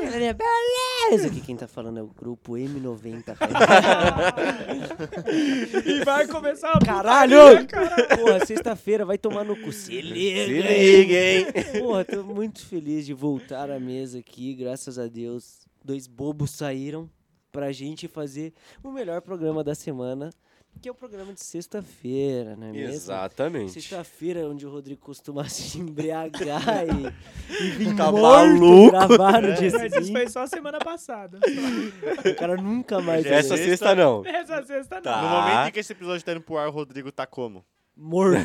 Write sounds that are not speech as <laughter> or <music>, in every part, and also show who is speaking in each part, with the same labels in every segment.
Speaker 1: minha beleza. Aqui quem tá falando é o grupo M90.
Speaker 2: <laughs> E vai começar a
Speaker 1: Caralho! Porra, sexta-feira vai tomar no cu. Se liga!
Speaker 3: Se liga, hein?
Speaker 1: Porra, tô muito feliz de voltar à mesa aqui, graças a Deus. Dois bobos saíram pra gente fazer o melhor programa da semana, que é o programa de sexta-feira, não é mesmo?
Speaker 3: Exatamente.
Speaker 1: Sexta-feira, onde o Rodrigo costuma <laughs> se <laughs> embriagar e, e vir
Speaker 3: Tá
Speaker 1: morto
Speaker 3: maluco?
Speaker 1: gravar no dia
Speaker 2: É, Mas isso
Speaker 1: seguinte.
Speaker 2: foi só semana passada.
Speaker 1: <laughs> O cara nunca mais... é vai
Speaker 3: Essa
Speaker 1: ver.
Speaker 3: sexta não.
Speaker 2: Essa sexta
Speaker 3: Tá.
Speaker 2: não.
Speaker 4: No momento em que esse episódio tá indo pro ar, o Rodrigo tá como?
Speaker 1: Morto.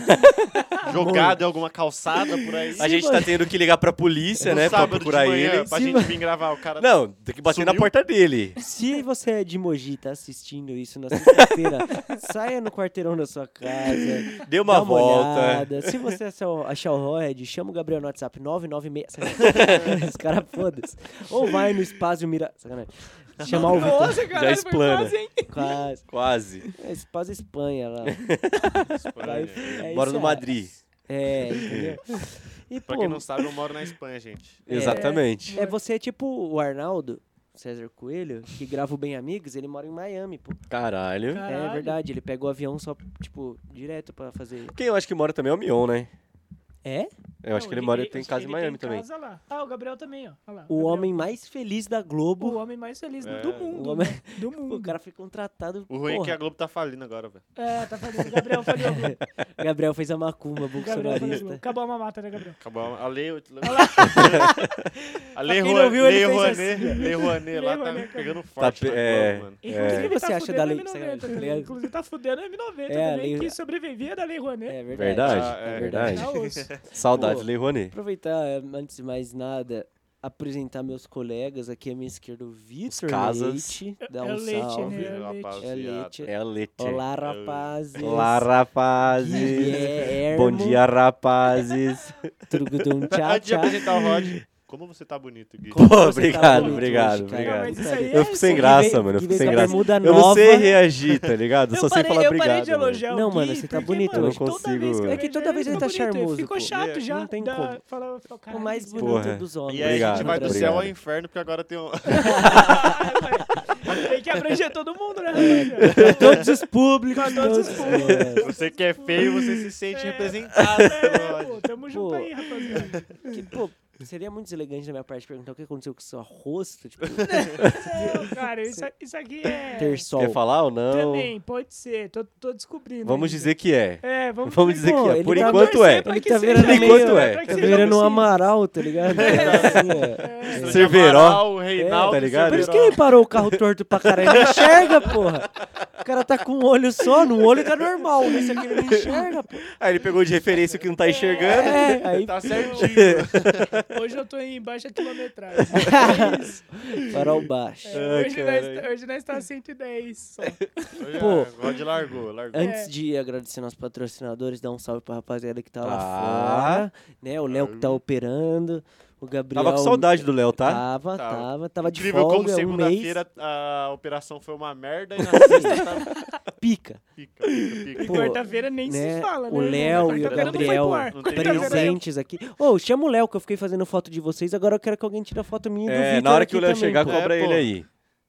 Speaker 4: Jogado em alguma calçada por
Speaker 3: <laughs>
Speaker 4: aí?
Speaker 3: A gente tá tendo que ligar pra polícia,
Speaker 4: No
Speaker 3: né? Pra
Speaker 4: sábado
Speaker 3: procurar
Speaker 4: de manhã,
Speaker 3: ele.
Speaker 4: pra
Speaker 1: Sim,
Speaker 4: gente
Speaker 1: mano.
Speaker 4: vir gravar o cara.
Speaker 3: Não, tem que bater na
Speaker 4: Sumiu?
Speaker 3: porta dele.
Speaker 1: Se você é de Mogi e tá assistindo isso na
Speaker 2: <laughs>
Speaker 1: sexta-feira, saia no quarteirão da sua casa.
Speaker 3: Dê uma
Speaker 1: dá uma
Speaker 3: volta.
Speaker 1: olhada. Se você achar o- achar o Roed, chama o Gabriel no WhatsApp 996. Sacanagem. Os caras foda-se. Ou vai no espaço mira. Sacanagem. Chamar o Vitor.
Speaker 2: Nossa, cara,
Speaker 3: explana.
Speaker 2: Foi quase, hein?
Speaker 1: Quase.
Speaker 3: Quase.
Speaker 1: É, espaço Espanha lá. Vai-
Speaker 4: né?
Speaker 1: é
Speaker 3: Bora
Speaker 1: isso,
Speaker 3: no
Speaker 1: é.
Speaker 3: Madrid.
Speaker 1: É, entendeu? E,
Speaker 4: Pra
Speaker 1: pô,
Speaker 4: quem não né? sabe, eu moro na Espanha, gente.
Speaker 1: É.
Speaker 3: Exatamente.
Speaker 1: é você é tipo o Arnaldo César Coelho, que grava o Bem Amigos, ele mora em Miami, pô.
Speaker 3: Caralho.
Speaker 1: É
Speaker 2: Caralho.
Speaker 1: verdade, ele pega o avião só, tipo, direto pra fazer.
Speaker 3: Quem eu acho que mora também é o Mion, né?
Speaker 1: É?
Speaker 3: Eu acho
Speaker 2: Não,
Speaker 3: que ele mora,
Speaker 2: ele-
Speaker 3: tem casa em
Speaker 2: ele
Speaker 3: Miami também.
Speaker 2: casa lá. Ah, o Gabriel também, ó. Olha lá,
Speaker 1: O
Speaker 2: Gabriel.
Speaker 1: homem mais feliz da Globo.
Speaker 2: O homem mais feliz
Speaker 4: É.
Speaker 2: do
Speaker 1: O,
Speaker 2: mundo.
Speaker 1: homem-
Speaker 2: né?
Speaker 1: <laughs>
Speaker 2: Do
Speaker 1: o
Speaker 2: mundo.
Speaker 1: cara foi contratado.
Speaker 4: O ruim é que a
Speaker 1: porra.
Speaker 4: Globo tá falindo agora, velho.
Speaker 2: É, tá fazendo. O
Speaker 1: <laughs>
Speaker 2: Gabriel falhou.
Speaker 1: Gabriel fez a macumba,
Speaker 2: O Gabriel falhou.
Speaker 1: bolsonarista.
Speaker 2: Acabou a mamata, né, Gabriel?
Speaker 4: Acabou a a Lei. <laughs> A
Speaker 1: Pra
Speaker 4: Lei
Speaker 1: quem não
Speaker 4: Rouanet.
Speaker 1: viu, ele
Speaker 4: Lei
Speaker 1: fez assim.
Speaker 4: Rouanet, Lei Rouanet lá
Speaker 2: Lei Rouanet,
Speaker 4: tá
Speaker 2: cara.
Speaker 4: pegando forte
Speaker 3: pe-
Speaker 4: na
Speaker 3: é.
Speaker 4: Globo, mano.
Speaker 1: O que
Speaker 2: Inclusive,
Speaker 1: você
Speaker 2: tá
Speaker 1: acha da
Speaker 2: fudendo
Speaker 1: lei-
Speaker 2: a
Speaker 1: sacanagem,
Speaker 2: M90.
Speaker 1: tá
Speaker 2: também.
Speaker 1: ligado?
Speaker 2: Inclusive, tá fudendo a M90
Speaker 1: É, a
Speaker 2: também,
Speaker 1: lei-
Speaker 2: que sobrevivia da Lei Rouanet.
Speaker 1: É verdade.
Speaker 3: Verdade.
Speaker 4: Ah, é.
Speaker 3: é verdade. <laughs>
Speaker 2: Tá osso.
Speaker 3: Saudade,
Speaker 1: Pô.
Speaker 3: Lei Rouanet.
Speaker 1: Aproveitar, eh, antes de mais nada, apresentar meus colegas. Aqui à minha esquerda, o Vitor
Speaker 3: Casas.
Speaker 1: Leite.
Speaker 2: É-
Speaker 1: Dá
Speaker 2: é
Speaker 1: um
Speaker 2: o Leite,
Speaker 1: salve.
Speaker 2: né?
Speaker 4: Viu, rapaziada?
Speaker 1: É Leite.
Speaker 3: É a Leite.
Speaker 1: Olá, rapazes.
Speaker 3: Olá, rapazes.
Speaker 1: Guilhermo.
Speaker 3: Bom dia, rapazes.
Speaker 1: Trugudum, tchau,
Speaker 4: Antes de
Speaker 1: tchau.
Speaker 4: apresentar o Rod, como você tá bonito, Gui.
Speaker 3: Pô,
Speaker 1: Você tá
Speaker 3: obrigado,
Speaker 1: bonito
Speaker 3: obrigado,
Speaker 1: hoje, cara.
Speaker 3: obrigado.
Speaker 2: Não, mas isso aí é-
Speaker 3: Eu fico sem
Speaker 2: Gui
Speaker 3: graça,
Speaker 1: veio-
Speaker 3: mano. Eu
Speaker 1: Gui
Speaker 3: fico sem
Speaker 1: veio com a
Speaker 3: graça.
Speaker 1: bermuda
Speaker 3: Eu não sei
Speaker 1: nova.
Speaker 3: reagir, tá ligado? Eu
Speaker 2: Eu
Speaker 3: só sei
Speaker 2: parei,
Speaker 3: falar
Speaker 2: eu
Speaker 3: obrigado.
Speaker 2: parei de
Speaker 3: mano.
Speaker 2: elogiar o
Speaker 1: Não, mano,
Speaker 2: Gui,
Speaker 1: você tá
Speaker 2: porque,
Speaker 1: bonito
Speaker 2: mano,
Speaker 1: hoje.
Speaker 3: Eu não
Speaker 2: toda vez que eu
Speaker 3: consigo-
Speaker 1: É que
Speaker 2: vejo
Speaker 1: toda vez ele tá
Speaker 2: bonito,
Speaker 1: charmoso,
Speaker 2: Ficou
Speaker 1: pô. É,
Speaker 2: chato
Speaker 4: Não
Speaker 2: já.
Speaker 1: tem
Speaker 2: da-
Speaker 1: como.
Speaker 2: fala- fala,
Speaker 1: O
Speaker 2: caralho,
Speaker 1: mais
Speaker 2: que <laughs>
Speaker 1: bonito
Speaker 3: Porra.
Speaker 1: dos homens.
Speaker 4: E aí a gente
Speaker 3: Obrigado,
Speaker 4: vai do céu ao
Speaker 3: obrigado.
Speaker 4: inferno, porque agora tem um.
Speaker 2: É, Tem que abranger todo mundo, né?
Speaker 1: <laughs> Todos os públicos.
Speaker 2: Pra todos os públicos.
Speaker 1: É.
Speaker 4: Você que é feio, você se sente
Speaker 2: É.
Speaker 4: representado pelo
Speaker 2: É, pô,
Speaker 4: Rod.
Speaker 2: tamo junto
Speaker 1: Pô.
Speaker 2: aí, rapaziada.
Speaker 1: Que, pô, seria muito deselegante da minha parte perguntar o que aconteceu com o seu rosto, <laughs> tipo,
Speaker 2: Não, cara, isso, isso aqui é...
Speaker 1: ter sol.
Speaker 3: Quer falar ou não?
Speaker 2: Também, pode ser. Tô, tô descobrindo.
Speaker 3: Vamos
Speaker 2: ainda.
Speaker 3: dizer que é.
Speaker 2: É, vamos,
Speaker 3: Vamos dizer
Speaker 1: Pô,
Speaker 3: que é.
Speaker 1: ele
Speaker 3: Por
Speaker 1: tá
Speaker 3: enquanto é.
Speaker 2: torcendo pra
Speaker 1: Ele
Speaker 2: que
Speaker 1: tá
Speaker 2: seja
Speaker 1: virando
Speaker 2: possível,
Speaker 3: enquanto
Speaker 2: né?
Speaker 3: é.
Speaker 2: Pra que
Speaker 1: Tá
Speaker 2: seja
Speaker 1: virando um
Speaker 2: possível.
Speaker 1: Amaral, tá <laughs> ligado? Assim, é.
Speaker 2: É,
Speaker 3: Cerveró.
Speaker 4: Amaral, Reinaldo,
Speaker 3: tá ligado?
Speaker 1: Por isso que ele parou o carro torto pra caralho. Ele enxerga, porra. O cara tá com um olho só, no olho tá normal. Nesse aqui ele não enxerga, pô.
Speaker 3: Aí Ah, ele pegou de referência o que não tá enxergando.
Speaker 1: É, aí
Speaker 4: Tá certinho.
Speaker 2: Hoje eu tô
Speaker 3: <laughs>
Speaker 2: em baixa quilometragem. É isso.
Speaker 1: tá. farol baixo.
Speaker 3: Ai,
Speaker 2: hoje, nós,
Speaker 3: Ah, caralho.
Speaker 2: hoje nós tá 110 só.
Speaker 1: Pô. É,
Speaker 4: O Rod É, largou, largou.
Speaker 1: Antes de agradecer nossos patrocinadores, dar um salve pra rapaziada que tá lá
Speaker 3: Tá. Hum.
Speaker 1: fora, né? O Léo que tá operando, o Gabriel...
Speaker 3: Tava com saudade do Léo, tá?
Speaker 1: Tava,
Speaker 4: Tava.
Speaker 1: tava. Tava de
Speaker 4: Incrível
Speaker 1: folga
Speaker 4: como
Speaker 1: um mês.
Speaker 4: segunda-feira a operação foi uma merda e na sexta tava
Speaker 1: Pica.
Speaker 4: pica, pica,
Speaker 2: E
Speaker 1: Pô,
Speaker 4: pica.
Speaker 2: quarta-feira nem se fala, né?
Speaker 1: O Léo e o
Speaker 2: Quarta-feira não foi
Speaker 1: Gabriel
Speaker 2: pro ar.
Speaker 4: não tem
Speaker 2: Quarta-feira é.
Speaker 1: presentes aqui. Ô, chama o Léo que eu fiquei fazendo foto de vocês, agora eu quero que alguém tire a foto minha e do
Speaker 3: É,
Speaker 1: Vitor
Speaker 3: na hora que
Speaker 1: aqui
Speaker 3: o Léo
Speaker 1: também,
Speaker 3: chegar,
Speaker 1: pô.
Speaker 4: É,
Speaker 3: cobra
Speaker 4: pô.
Speaker 3: ele aí.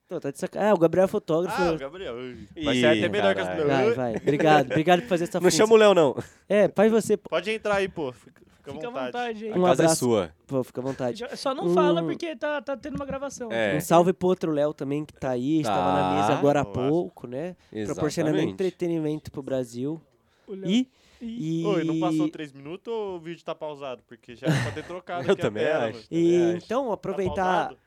Speaker 1: Tô, tá de saca- Ah, o Gabriel é fotógrafo.
Speaker 4: Ah, o Gabriel. ui. Vai
Speaker 3: Ih,
Speaker 4: ser até melhor que as
Speaker 3: caralho.
Speaker 1: Vai,
Speaker 4: duas.
Speaker 1: vai. Obrigado, obrigado por fazer essa
Speaker 3: <laughs> Não
Speaker 1: foto.
Speaker 3: chama o Léo, não.
Speaker 1: É, faz você, pô.
Speaker 4: Pode entrar aí, pô. Fica fica à
Speaker 2: Fica à
Speaker 4: vontade.
Speaker 2: vontade aí.
Speaker 1: Um
Speaker 3: A casa é
Speaker 1: abraço.
Speaker 3: sua.
Speaker 1: Pô, fica à vontade.
Speaker 2: Já- Só não
Speaker 1: Um-
Speaker 2: fala porque tá, tá tendo uma gravação.
Speaker 3: Hum. É.
Speaker 1: Um salve pro outro Léo também, que tá aí, estava na mesa
Speaker 3: Tá,
Speaker 1: agora há
Speaker 4: boa.
Speaker 1: pouco, né? Proporcionando
Speaker 3: Exatamente.
Speaker 1: entretenimento pro Brasil.
Speaker 2: O Léo-
Speaker 1: E,
Speaker 2: Ih,
Speaker 1: e...
Speaker 4: Oi, não passou três minutos ou o vídeo tá pausado? Porque já era pra ter trocado.
Speaker 3: Eu
Speaker 4: aqui a
Speaker 3: também
Speaker 4: tela,
Speaker 3: acho.
Speaker 4: mano.
Speaker 1: E
Speaker 3: Também acho.
Speaker 1: então,
Speaker 4: Tá
Speaker 1: aproveitar,
Speaker 4: pausado?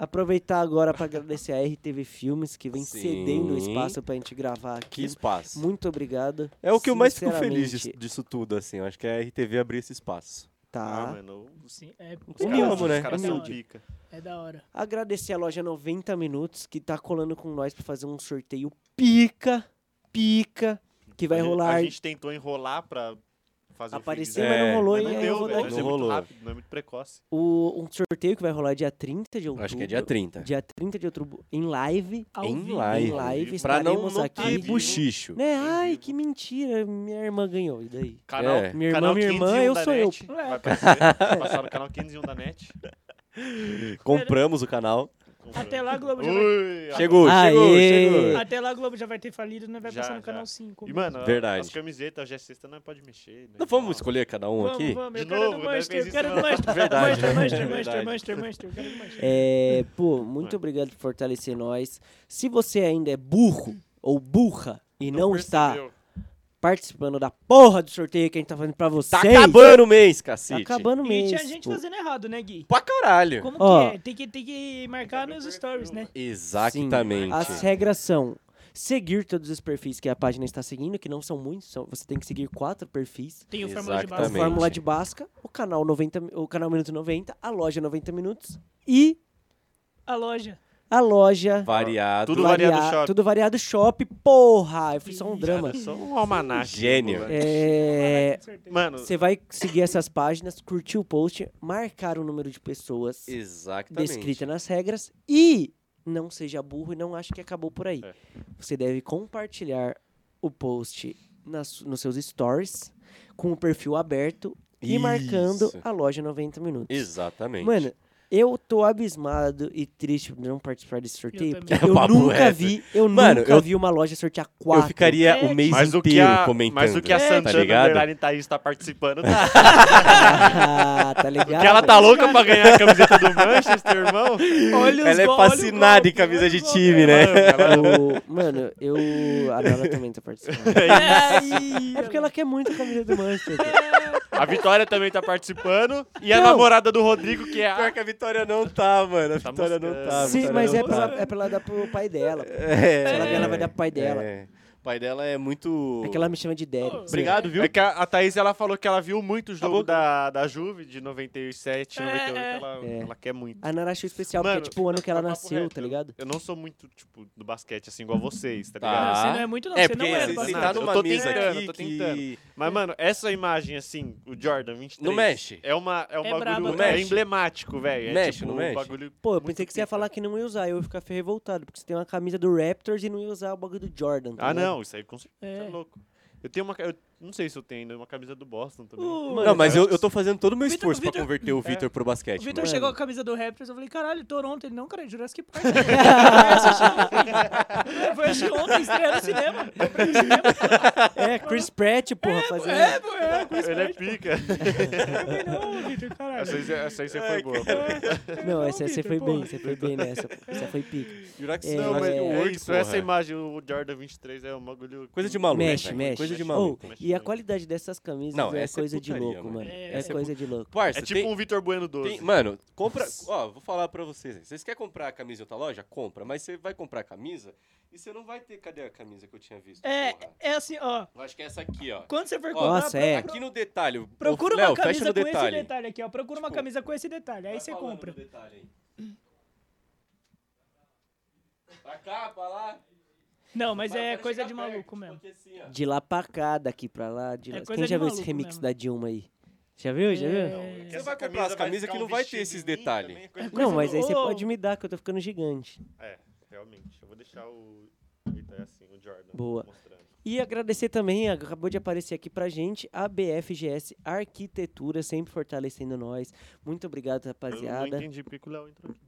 Speaker 1: aproveitar agora para agradecer a RTV Filmes, que vem
Speaker 3: Sim.
Speaker 1: cedendo o espaço pra gente gravar
Speaker 3: Que
Speaker 1: aqui.
Speaker 3: espaço.
Speaker 1: Muito obrigado.
Speaker 3: É o que eu mais fico feliz disso,
Speaker 1: Sinceramente,
Speaker 3: disso tudo, assim. Eu acho que é a RTV abrir esse espaço.
Speaker 4: Ah,
Speaker 1: Tá.
Speaker 4: mano. os-
Speaker 2: sim, é,
Speaker 3: Humilde,
Speaker 4: os
Speaker 3: né?
Speaker 4: caras são
Speaker 2: Humilde.
Speaker 4: pica.
Speaker 2: é da hora.
Speaker 1: Agradecer a loja 90 Minutos, que tá colando com nós pra fazer um sorteio pica, pica, que vai
Speaker 4: A gente-
Speaker 1: rolar.
Speaker 4: A gente tentou enrolar pra fazer o
Speaker 1: Apareceu,
Speaker 4: freezer.
Speaker 3: É.
Speaker 1: mas não rolou
Speaker 4: Mas
Speaker 1: e
Speaker 4: não
Speaker 1: aí
Speaker 4: deu,
Speaker 1: eu vou
Speaker 4: velho.
Speaker 1: dar
Speaker 4: Deve
Speaker 3: Não
Speaker 4: ser muito
Speaker 3: rolou.
Speaker 4: rápido, não é muito precoce.
Speaker 1: o, um sorteio que vai rolar dia 30 de outubro.
Speaker 3: Acho que é dia 30.
Speaker 1: Dia 30 de outubro, em live.
Speaker 2: Ao
Speaker 3: Em
Speaker 2: vivo.
Speaker 3: live.
Speaker 1: Em live,
Speaker 3: Pra não,
Speaker 1: estaremos
Speaker 3: não
Speaker 1: aqui.
Speaker 3: ter buchicho.
Speaker 1: Né? Ai,
Speaker 4: vivo.
Speaker 1: que mentira, minha irmã ganhou. E daí?
Speaker 4: Canal,
Speaker 3: É.
Speaker 1: Minha irmã,
Speaker 4: canal
Speaker 1: minha irmã,
Speaker 4: 501
Speaker 1: eu
Speaker 4: da
Speaker 1: sou eu. <laughs>
Speaker 4: um net. Vai aparecer. Passar no canal 501 da net.
Speaker 3: Né? Compramos o canal.
Speaker 2: Até lá, Globo já vai...
Speaker 4: Ui, ah.
Speaker 3: Chegou, chegou,
Speaker 1: Aê!
Speaker 3: chegou.
Speaker 2: Até lá, Globo já vai ter falido, não vai
Speaker 4: Já,
Speaker 2: passar no
Speaker 4: já.
Speaker 2: canal 5.
Speaker 4: E, mano,
Speaker 3: Verdade.
Speaker 4: as camisetas, já é sexta, não pode mexer. né?
Speaker 3: Não vamos
Speaker 4: Nossa.
Speaker 3: escolher cada um aqui?
Speaker 2: vamos,
Speaker 4: De
Speaker 2: eu quero
Speaker 4: novo,
Speaker 2: do
Speaker 4: né?
Speaker 2: Manchester,
Speaker 4: Fez
Speaker 2: eu
Speaker 4: isso
Speaker 2: quero do
Speaker 4: não.
Speaker 2: Manchester.
Speaker 3: Verdade,
Speaker 2: Manchester,
Speaker 3: né?
Speaker 2: Manchester, Manchester,
Speaker 3: Verdade.
Speaker 2: Manchester, Manchester, eu quero do Manchester.
Speaker 1: É, pô, muito obrigado por fortalecer nós. Se você ainda é burro ou burra e não, tá. está
Speaker 4: percebeu.
Speaker 1: participando da porra do sorteio que a gente tá fazendo pra vocês...
Speaker 3: Tá acabando o mês,
Speaker 1: Tá
Speaker 3: cacete.
Speaker 1: acabando
Speaker 2: E
Speaker 1: mesmo.
Speaker 2: tinha gente
Speaker 1: pô.
Speaker 2: fazendo errado, né, Gui?
Speaker 3: Pra caralho.
Speaker 2: Como
Speaker 1: Ó.
Speaker 2: que é? Tem que, tem que marcar nos stories, né?
Speaker 1: Sim,
Speaker 3: Exatamente.
Speaker 1: as regras são seguir todos os perfis que a página está seguindo, que não são muitos, são- você tem que seguir quatro perfis.
Speaker 2: Tem o Fórmula de
Speaker 1: A
Speaker 2: Base.
Speaker 3: Exatamente. Tá
Speaker 1: Fórmula de Basca, o canal 90, mi- o canal Minuto 90, a loja 90 minutos e
Speaker 2: A loja.
Speaker 1: a loja
Speaker 3: Variado.
Speaker 4: Tudo variado
Speaker 1: varia-
Speaker 4: shop.
Speaker 1: Tudo variado shop. Porra, eu fiz só um
Speaker 2: Ih,
Speaker 1: drama.
Speaker 4: Só um almanac.
Speaker 3: Gênio.
Speaker 4: moleque.
Speaker 2: Ah,
Speaker 1: É,
Speaker 4: Mano,
Speaker 1: você vai seguir essas páginas, curtir o post, marcar o número de pessoas
Speaker 3: Exatamente.
Speaker 1: descrita nas regras e não seja burro e não ache que acabou por aí.
Speaker 4: É.
Speaker 1: Você deve compartilhar o post nas, nos seus stories com o perfil aberto e
Speaker 3: Isso.
Speaker 1: marcando a loja 90 minutos.
Speaker 3: Exatamente.
Speaker 1: Mano, eu tô abismado e triste por não participar desse sorteio,
Speaker 2: também.
Speaker 1: porque eu
Speaker 3: <laughs> Papo
Speaker 1: nunca
Speaker 3: reto.
Speaker 1: vi, eu
Speaker 3: Mano,
Speaker 1: nunca
Speaker 3: eu-
Speaker 1: vi uma loja sortear quatro.
Speaker 3: eu ficaria
Speaker 2: É,
Speaker 3: o mês
Speaker 4: mas o que
Speaker 3: inteiro
Speaker 4: a,
Speaker 3: comentando.
Speaker 4: mas o que
Speaker 1: É,
Speaker 4: a
Speaker 2: tá
Speaker 4: Santana
Speaker 3: ligado?
Speaker 4: Underline Thaís tá participando, tá?
Speaker 1: <laughs> <laughs> Ah, tá ligado?
Speaker 4: Porque ela tá louca pra ganhar a camiseta do Manchester, irmão.
Speaker 1: <laughs>
Speaker 2: Olha os
Speaker 3: Ela é
Speaker 2: gol- olha o
Speaker 3: fascinada em
Speaker 2: golpe,
Speaker 3: camisa
Speaker 2: olha
Speaker 3: de
Speaker 2: o golpe.
Speaker 3: time, né?
Speaker 1: O- Mano, eu... A Nala também tá participando.
Speaker 2: Ai,
Speaker 1: É porque ela quer muito a camisa do Manchester. tá?
Speaker 4: A Vitória também tá participando. E a
Speaker 1: Não.
Speaker 4: namorada do Rodrigo, que é a...
Speaker 3: Pior que a vitória não tá, mano. A
Speaker 4: Tá
Speaker 3: vitória não
Speaker 4: moscando.
Speaker 3: tá. a
Speaker 1: Sim,
Speaker 3: Vitória
Speaker 1: mas
Speaker 3: não
Speaker 1: é pra,
Speaker 3: tá.
Speaker 1: ela- é pra ela dar pro pai dela. pô.
Speaker 3: É,
Speaker 1: Se ela ganhar, ela vai dar pro pai dela.
Speaker 3: É. O pai dela é muito.
Speaker 1: É que ela me chama de Derek.
Speaker 3: Obrigado, viu?
Speaker 4: É que a, a Thaís, ela falou que ela viu muito o jogo
Speaker 3: Acabou.
Speaker 4: da, da Juve, de 97,
Speaker 2: É,
Speaker 4: 98.
Speaker 2: é.
Speaker 4: Ela,
Speaker 1: Tá É.
Speaker 4: ela quer muito.
Speaker 1: A Nara achou especial,
Speaker 4: Mano,
Speaker 1: porque é tipo o ano que ela
Speaker 4: papo
Speaker 1: nasceu,
Speaker 4: reto,
Speaker 1: tá
Speaker 4: eu-
Speaker 1: ligado?
Speaker 4: Eu não sou muito, tipo, do basquete, assim, igual vocês, tá
Speaker 3: Tá.
Speaker 4: ligado?
Speaker 2: Não, você
Speaker 3: Ah.
Speaker 2: não é muito, não.
Speaker 3: É,
Speaker 2: você
Speaker 3: porque
Speaker 2: não era
Speaker 3: você,
Speaker 4: do
Speaker 3: você tá
Speaker 4: Barcelona. Eu
Speaker 3: numa
Speaker 4: tô
Speaker 3: mesa
Speaker 4: tentando,
Speaker 3: aqui
Speaker 4: tô
Speaker 3: que-
Speaker 4: tentando. Mas, mano, essa imagem, assim, o Jordan 23...
Speaker 3: Não mexe.
Speaker 4: É, uma, é um
Speaker 2: É brabo,
Speaker 4: bagulho...
Speaker 3: Não
Speaker 4: é
Speaker 3: mexe.
Speaker 4: emblemático, velho. É,
Speaker 3: Mexe,
Speaker 4: tipo,
Speaker 3: não
Speaker 4: um
Speaker 3: mexe?
Speaker 4: bagulho
Speaker 1: Pô, eu
Speaker 4: muito
Speaker 1: pensei que você ia
Speaker 4: pica.
Speaker 1: falar que não ia usar, eu ia ficar revoltado, porque você tem uma camisa do Raptors e não ia usar o bagulho do Jordan. tá
Speaker 4: Ah,
Speaker 1: ligado?
Speaker 4: não, isso aí com certeza
Speaker 2: É.
Speaker 4: é louco. Eu tenho uma... ca- Eu não sei se eu tenho ainda uma camisa do Boston também.
Speaker 2: Uh,
Speaker 1: Mano,
Speaker 3: Não, mas eu, eu tô fazendo todo o meu
Speaker 2: Vitor-
Speaker 3: esforço pra
Speaker 2: Vitor-
Speaker 3: converter o Vitor pro
Speaker 2: O
Speaker 3: basquete.
Speaker 2: Vitor
Speaker 1: mano.
Speaker 2: chegou com a camisa do Raptors, eu falei, caralho, Toronto. Ele, não, cara, é
Speaker 3: <laughs>
Speaker 2: Jurassic Park. Foi assistir ontem, estreia no cinema.
Speaker 4: <laughs>
Speaker 1: É, Chris Pratt, porra, fazendo.
Speaker 2: É, pô, é, com isso
Speaker 4: Ele é
Speaker 2: aí.
Speaker 4: pica.
Speaker 2: Eu falei, não, Vitor, caralho.
Speaker 4: essa, aí- essa aí você
Speaker 3: Ai,
Speaker 4: foi boa.
Speaker 1: Não, essa você
Speaker 2: Vitor,
Speaker 1: foi
Speaker 2: porra.
Speaker 1: bem, você foi bem nessa. pô. Essa foi pica.
Speaker 3: Jurax
Speaker 1: É,
Speaker 3: não, mas
Speaker 1: é.
Speaker 4: É
Speaker 3: Word,
Speaker 4: isso,
Speaker 3: porra.
Speaker 4: essa imagem, o Jordan 23 é um bagulho...
Speaker 3: Coisa de maluco.
Speaker 1: mexe,
Speaker 3: velho.
Speaker 1: mexe.
Speaker 3: Coisa de
Speaker 1: Ô,
Speaker 3: maluco.
Speaker 4: Mexe
Speaker 1: e a
Speaker 4: muito.
Speaker 1: qualidade dessas camisas
Speaker 3: Não,
Speaker 1: é
Speaker 3: essa é
Speaker 1: coisa de
Speaker 3: putaria,
Speaker 1: louco,
Speaker 3: mano.
Speaker 1: mano.
Speaker 2: É,
Speaker 1: É,
Speaker 2: essa
Speaker 3: é
Speaker 1: coisa de louco.
Speaker 3: Parça,
Speaker 4: É tipo
Speaker 3: tem-
Speaker 4: um Vitor Bueno 12.
Speaker 3: tem- Mano, compra. Ó, vou falar pra vocês. né? Vocês querem comprar a camisa em outra loja? Compra. Mas você vai comprar a camisa e você não vai ter. Cadê a camisa que eu tinha visto?
Speaker 2: É,
Speaker 3: porra?
Speaker 2: é assim, ó.
Speaker 3: Eu acho que é essa aqui, ó.
Speaker 2: Quando você for
Speaker 3: Ó,
Speaker 2: comprar,
Speaker 1: Nossa,
Speaker 2: pro-
Speaker 1: é.
Speaker 3: Aqui no detalhe.
Speaker 2: procura
Speaker 3: Ô,
Speaker 2: uma
Speaker 3: Léo, fecha
Speaker 2: camisa
Speaker 3: no
Speaker 2: com esse
Speaker 3: detalhe.
Speaker 2: detalhe aqui, ó. Procura uma
Speaker 3: Tipo,
Speaker 2: camisa com esse detalhe, aí
Speaker 3: Vai
Speaker 2: você
Speaker 3: falando
Speaker 2: compra.
Speaker 3: do detalhe aí. Pra cá, pra lá.
Speaker 2: Não, mas
Speaker 3: Vai-
Speaker 2: é
Speaker 3: vai
Speaker 2: coisa
Speaker 3: chegar
Speaker 2: de
Speaker 3: perto,
Speaker 2: maluco
Speaker 3: tipo
Speaker 2: mesmo.
Speaker 3: aqui assim, ó.
Speaker 1: De lá pra cá, daqui pra lá. de
Speaker 2: É
Speaker 1: lá-
Speaker 2: coisa
Speaker 1: Quem
Speaker 2: de
Speaker 1: já viu esse
Speaker 2: maluco
Speaker 1: remix
Speaker 2: mesmo.
Speaker 1: da Dilma aí? Já viu? Já viu?
Speaker 2: É.
Speaker 3: Você vai comprar as camisas
Speaker 4: um
Speaker 3: que não vai ter esses detalhes.
Speaker 1: Não, mas aí você
Speaker 2: Ô.
Speaker 1: pode me dar, que eu tô ficando gigante.
Speaker 4: É, realmente. Eu vou deixar o. Eita, é assim, o Jordan.
Speaker 1: Boa.
Speaker 4: mostrando.
Speaker 1: E agradecer também, acabou de aparecer aqui pra gente, a BFGS Arquitetura, sempre fortalecendo nós. Muito obrigado,
Speaker 4: Eu não
Speaker 1: rapaziada.
Speaker 4: entendi porque o Léo entrou aqui.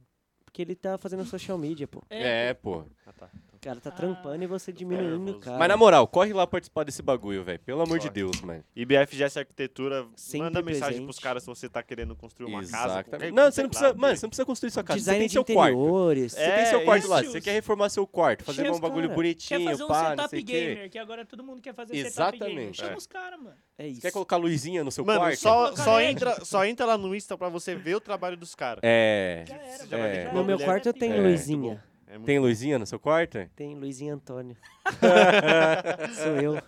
Speaker 1: Porque ele tá fazendo social media, pô.
Speaker 3: É, pô.
Speaker 4: Ah, tá. Então,
Speaker 1: O cara tá trampando e você diminuindo o
Speaker 4: nervoso.
Speaker 1: cara.
Speaker 3: Mas na moral, corre lá participar desse bagulho, velho. Pelo amor de
Speaker 4: Corre.
Speaker 3: Deus, mano.
Speaker 4: IBFGS Arquitetura,
Speaker 1: Sempre
Speaker 4: manda mensagem
Speaker 1: presente.
Speaker 4: pros caras se você tá querendo construir uma casa. qualquer
Speaker 3: Exatamente. Não, você não
Speaker 4: coisa
Speaker 3: precisa.
Speaker 4: lá,
Speaker 3: Mano,
Speaker 4: dele.
Speaker 3: você não precisa construir sua casa. Você
Speaker 1: Design
Speaker 3: tem
Speaker 1: de
Speaker 3: seu quarto.
Speaker 1: interiores.
Speaker 3: Você tem
Speaker 4: É,
Speaker 3: seu quarto lá.
Speaker 2: isso.
Speaker 3: Você quer reformar seu quarto, fazer
Speaker 1: Chega
Speaker 3: um
Speaker 1: os
Speaker 3: bagulho
Speaker 1: cara.
Speaker 2: Quer
Speaker 3: bonitinho,
Speaker 2: fazer um
Speaker 3: pá, não sei
Speaker 2: setup
Speaker 3: o quê.
Speaker 2: gamer, que agora todo mundo quer fazer setup gamer.
Speaker 3: Exatamente.
Speaker 2: Chama
Speaker 3: É.
Speaker 2: os caras, mano.
Speaker 1: É isso.
Speaker 3: Quer colocar luzinha no seu
Speaker 4: Mano,
Speaker 3: quarto?
Speaker 4: só,
Speaker 2: Coloca
Speaker 4: só,
Speaker 2: LED.
Speaker 4: entra, só entra lá no Insta pra você ver o trabalho dos caras.
Speaker 3: É.
Speaker 2: Já era,
Speaker 4: Você já
Speaker 3: vai
Speaker 2: mano,
Speaker 3: ver
Speaker 2: já
Speaker 3: que
Speaker 1: No
Speaker 2: era,
Speaker 1: meu
Speaker 2: já
Speaker 1: quarto eu
Speaker 2: era
Speaker 1: tenho
Speaker 3: É. <laughs>
Speaker 2: pica. tá
Speaker 1: luzinha.
Speaker 4: É muito-
Speaker 3: Tem luzinha no seu quarto?
Speaker 1: Tem Luizinha
Speaker 3: <laughs>
Speaker 1: Antônio. Sou eu. É.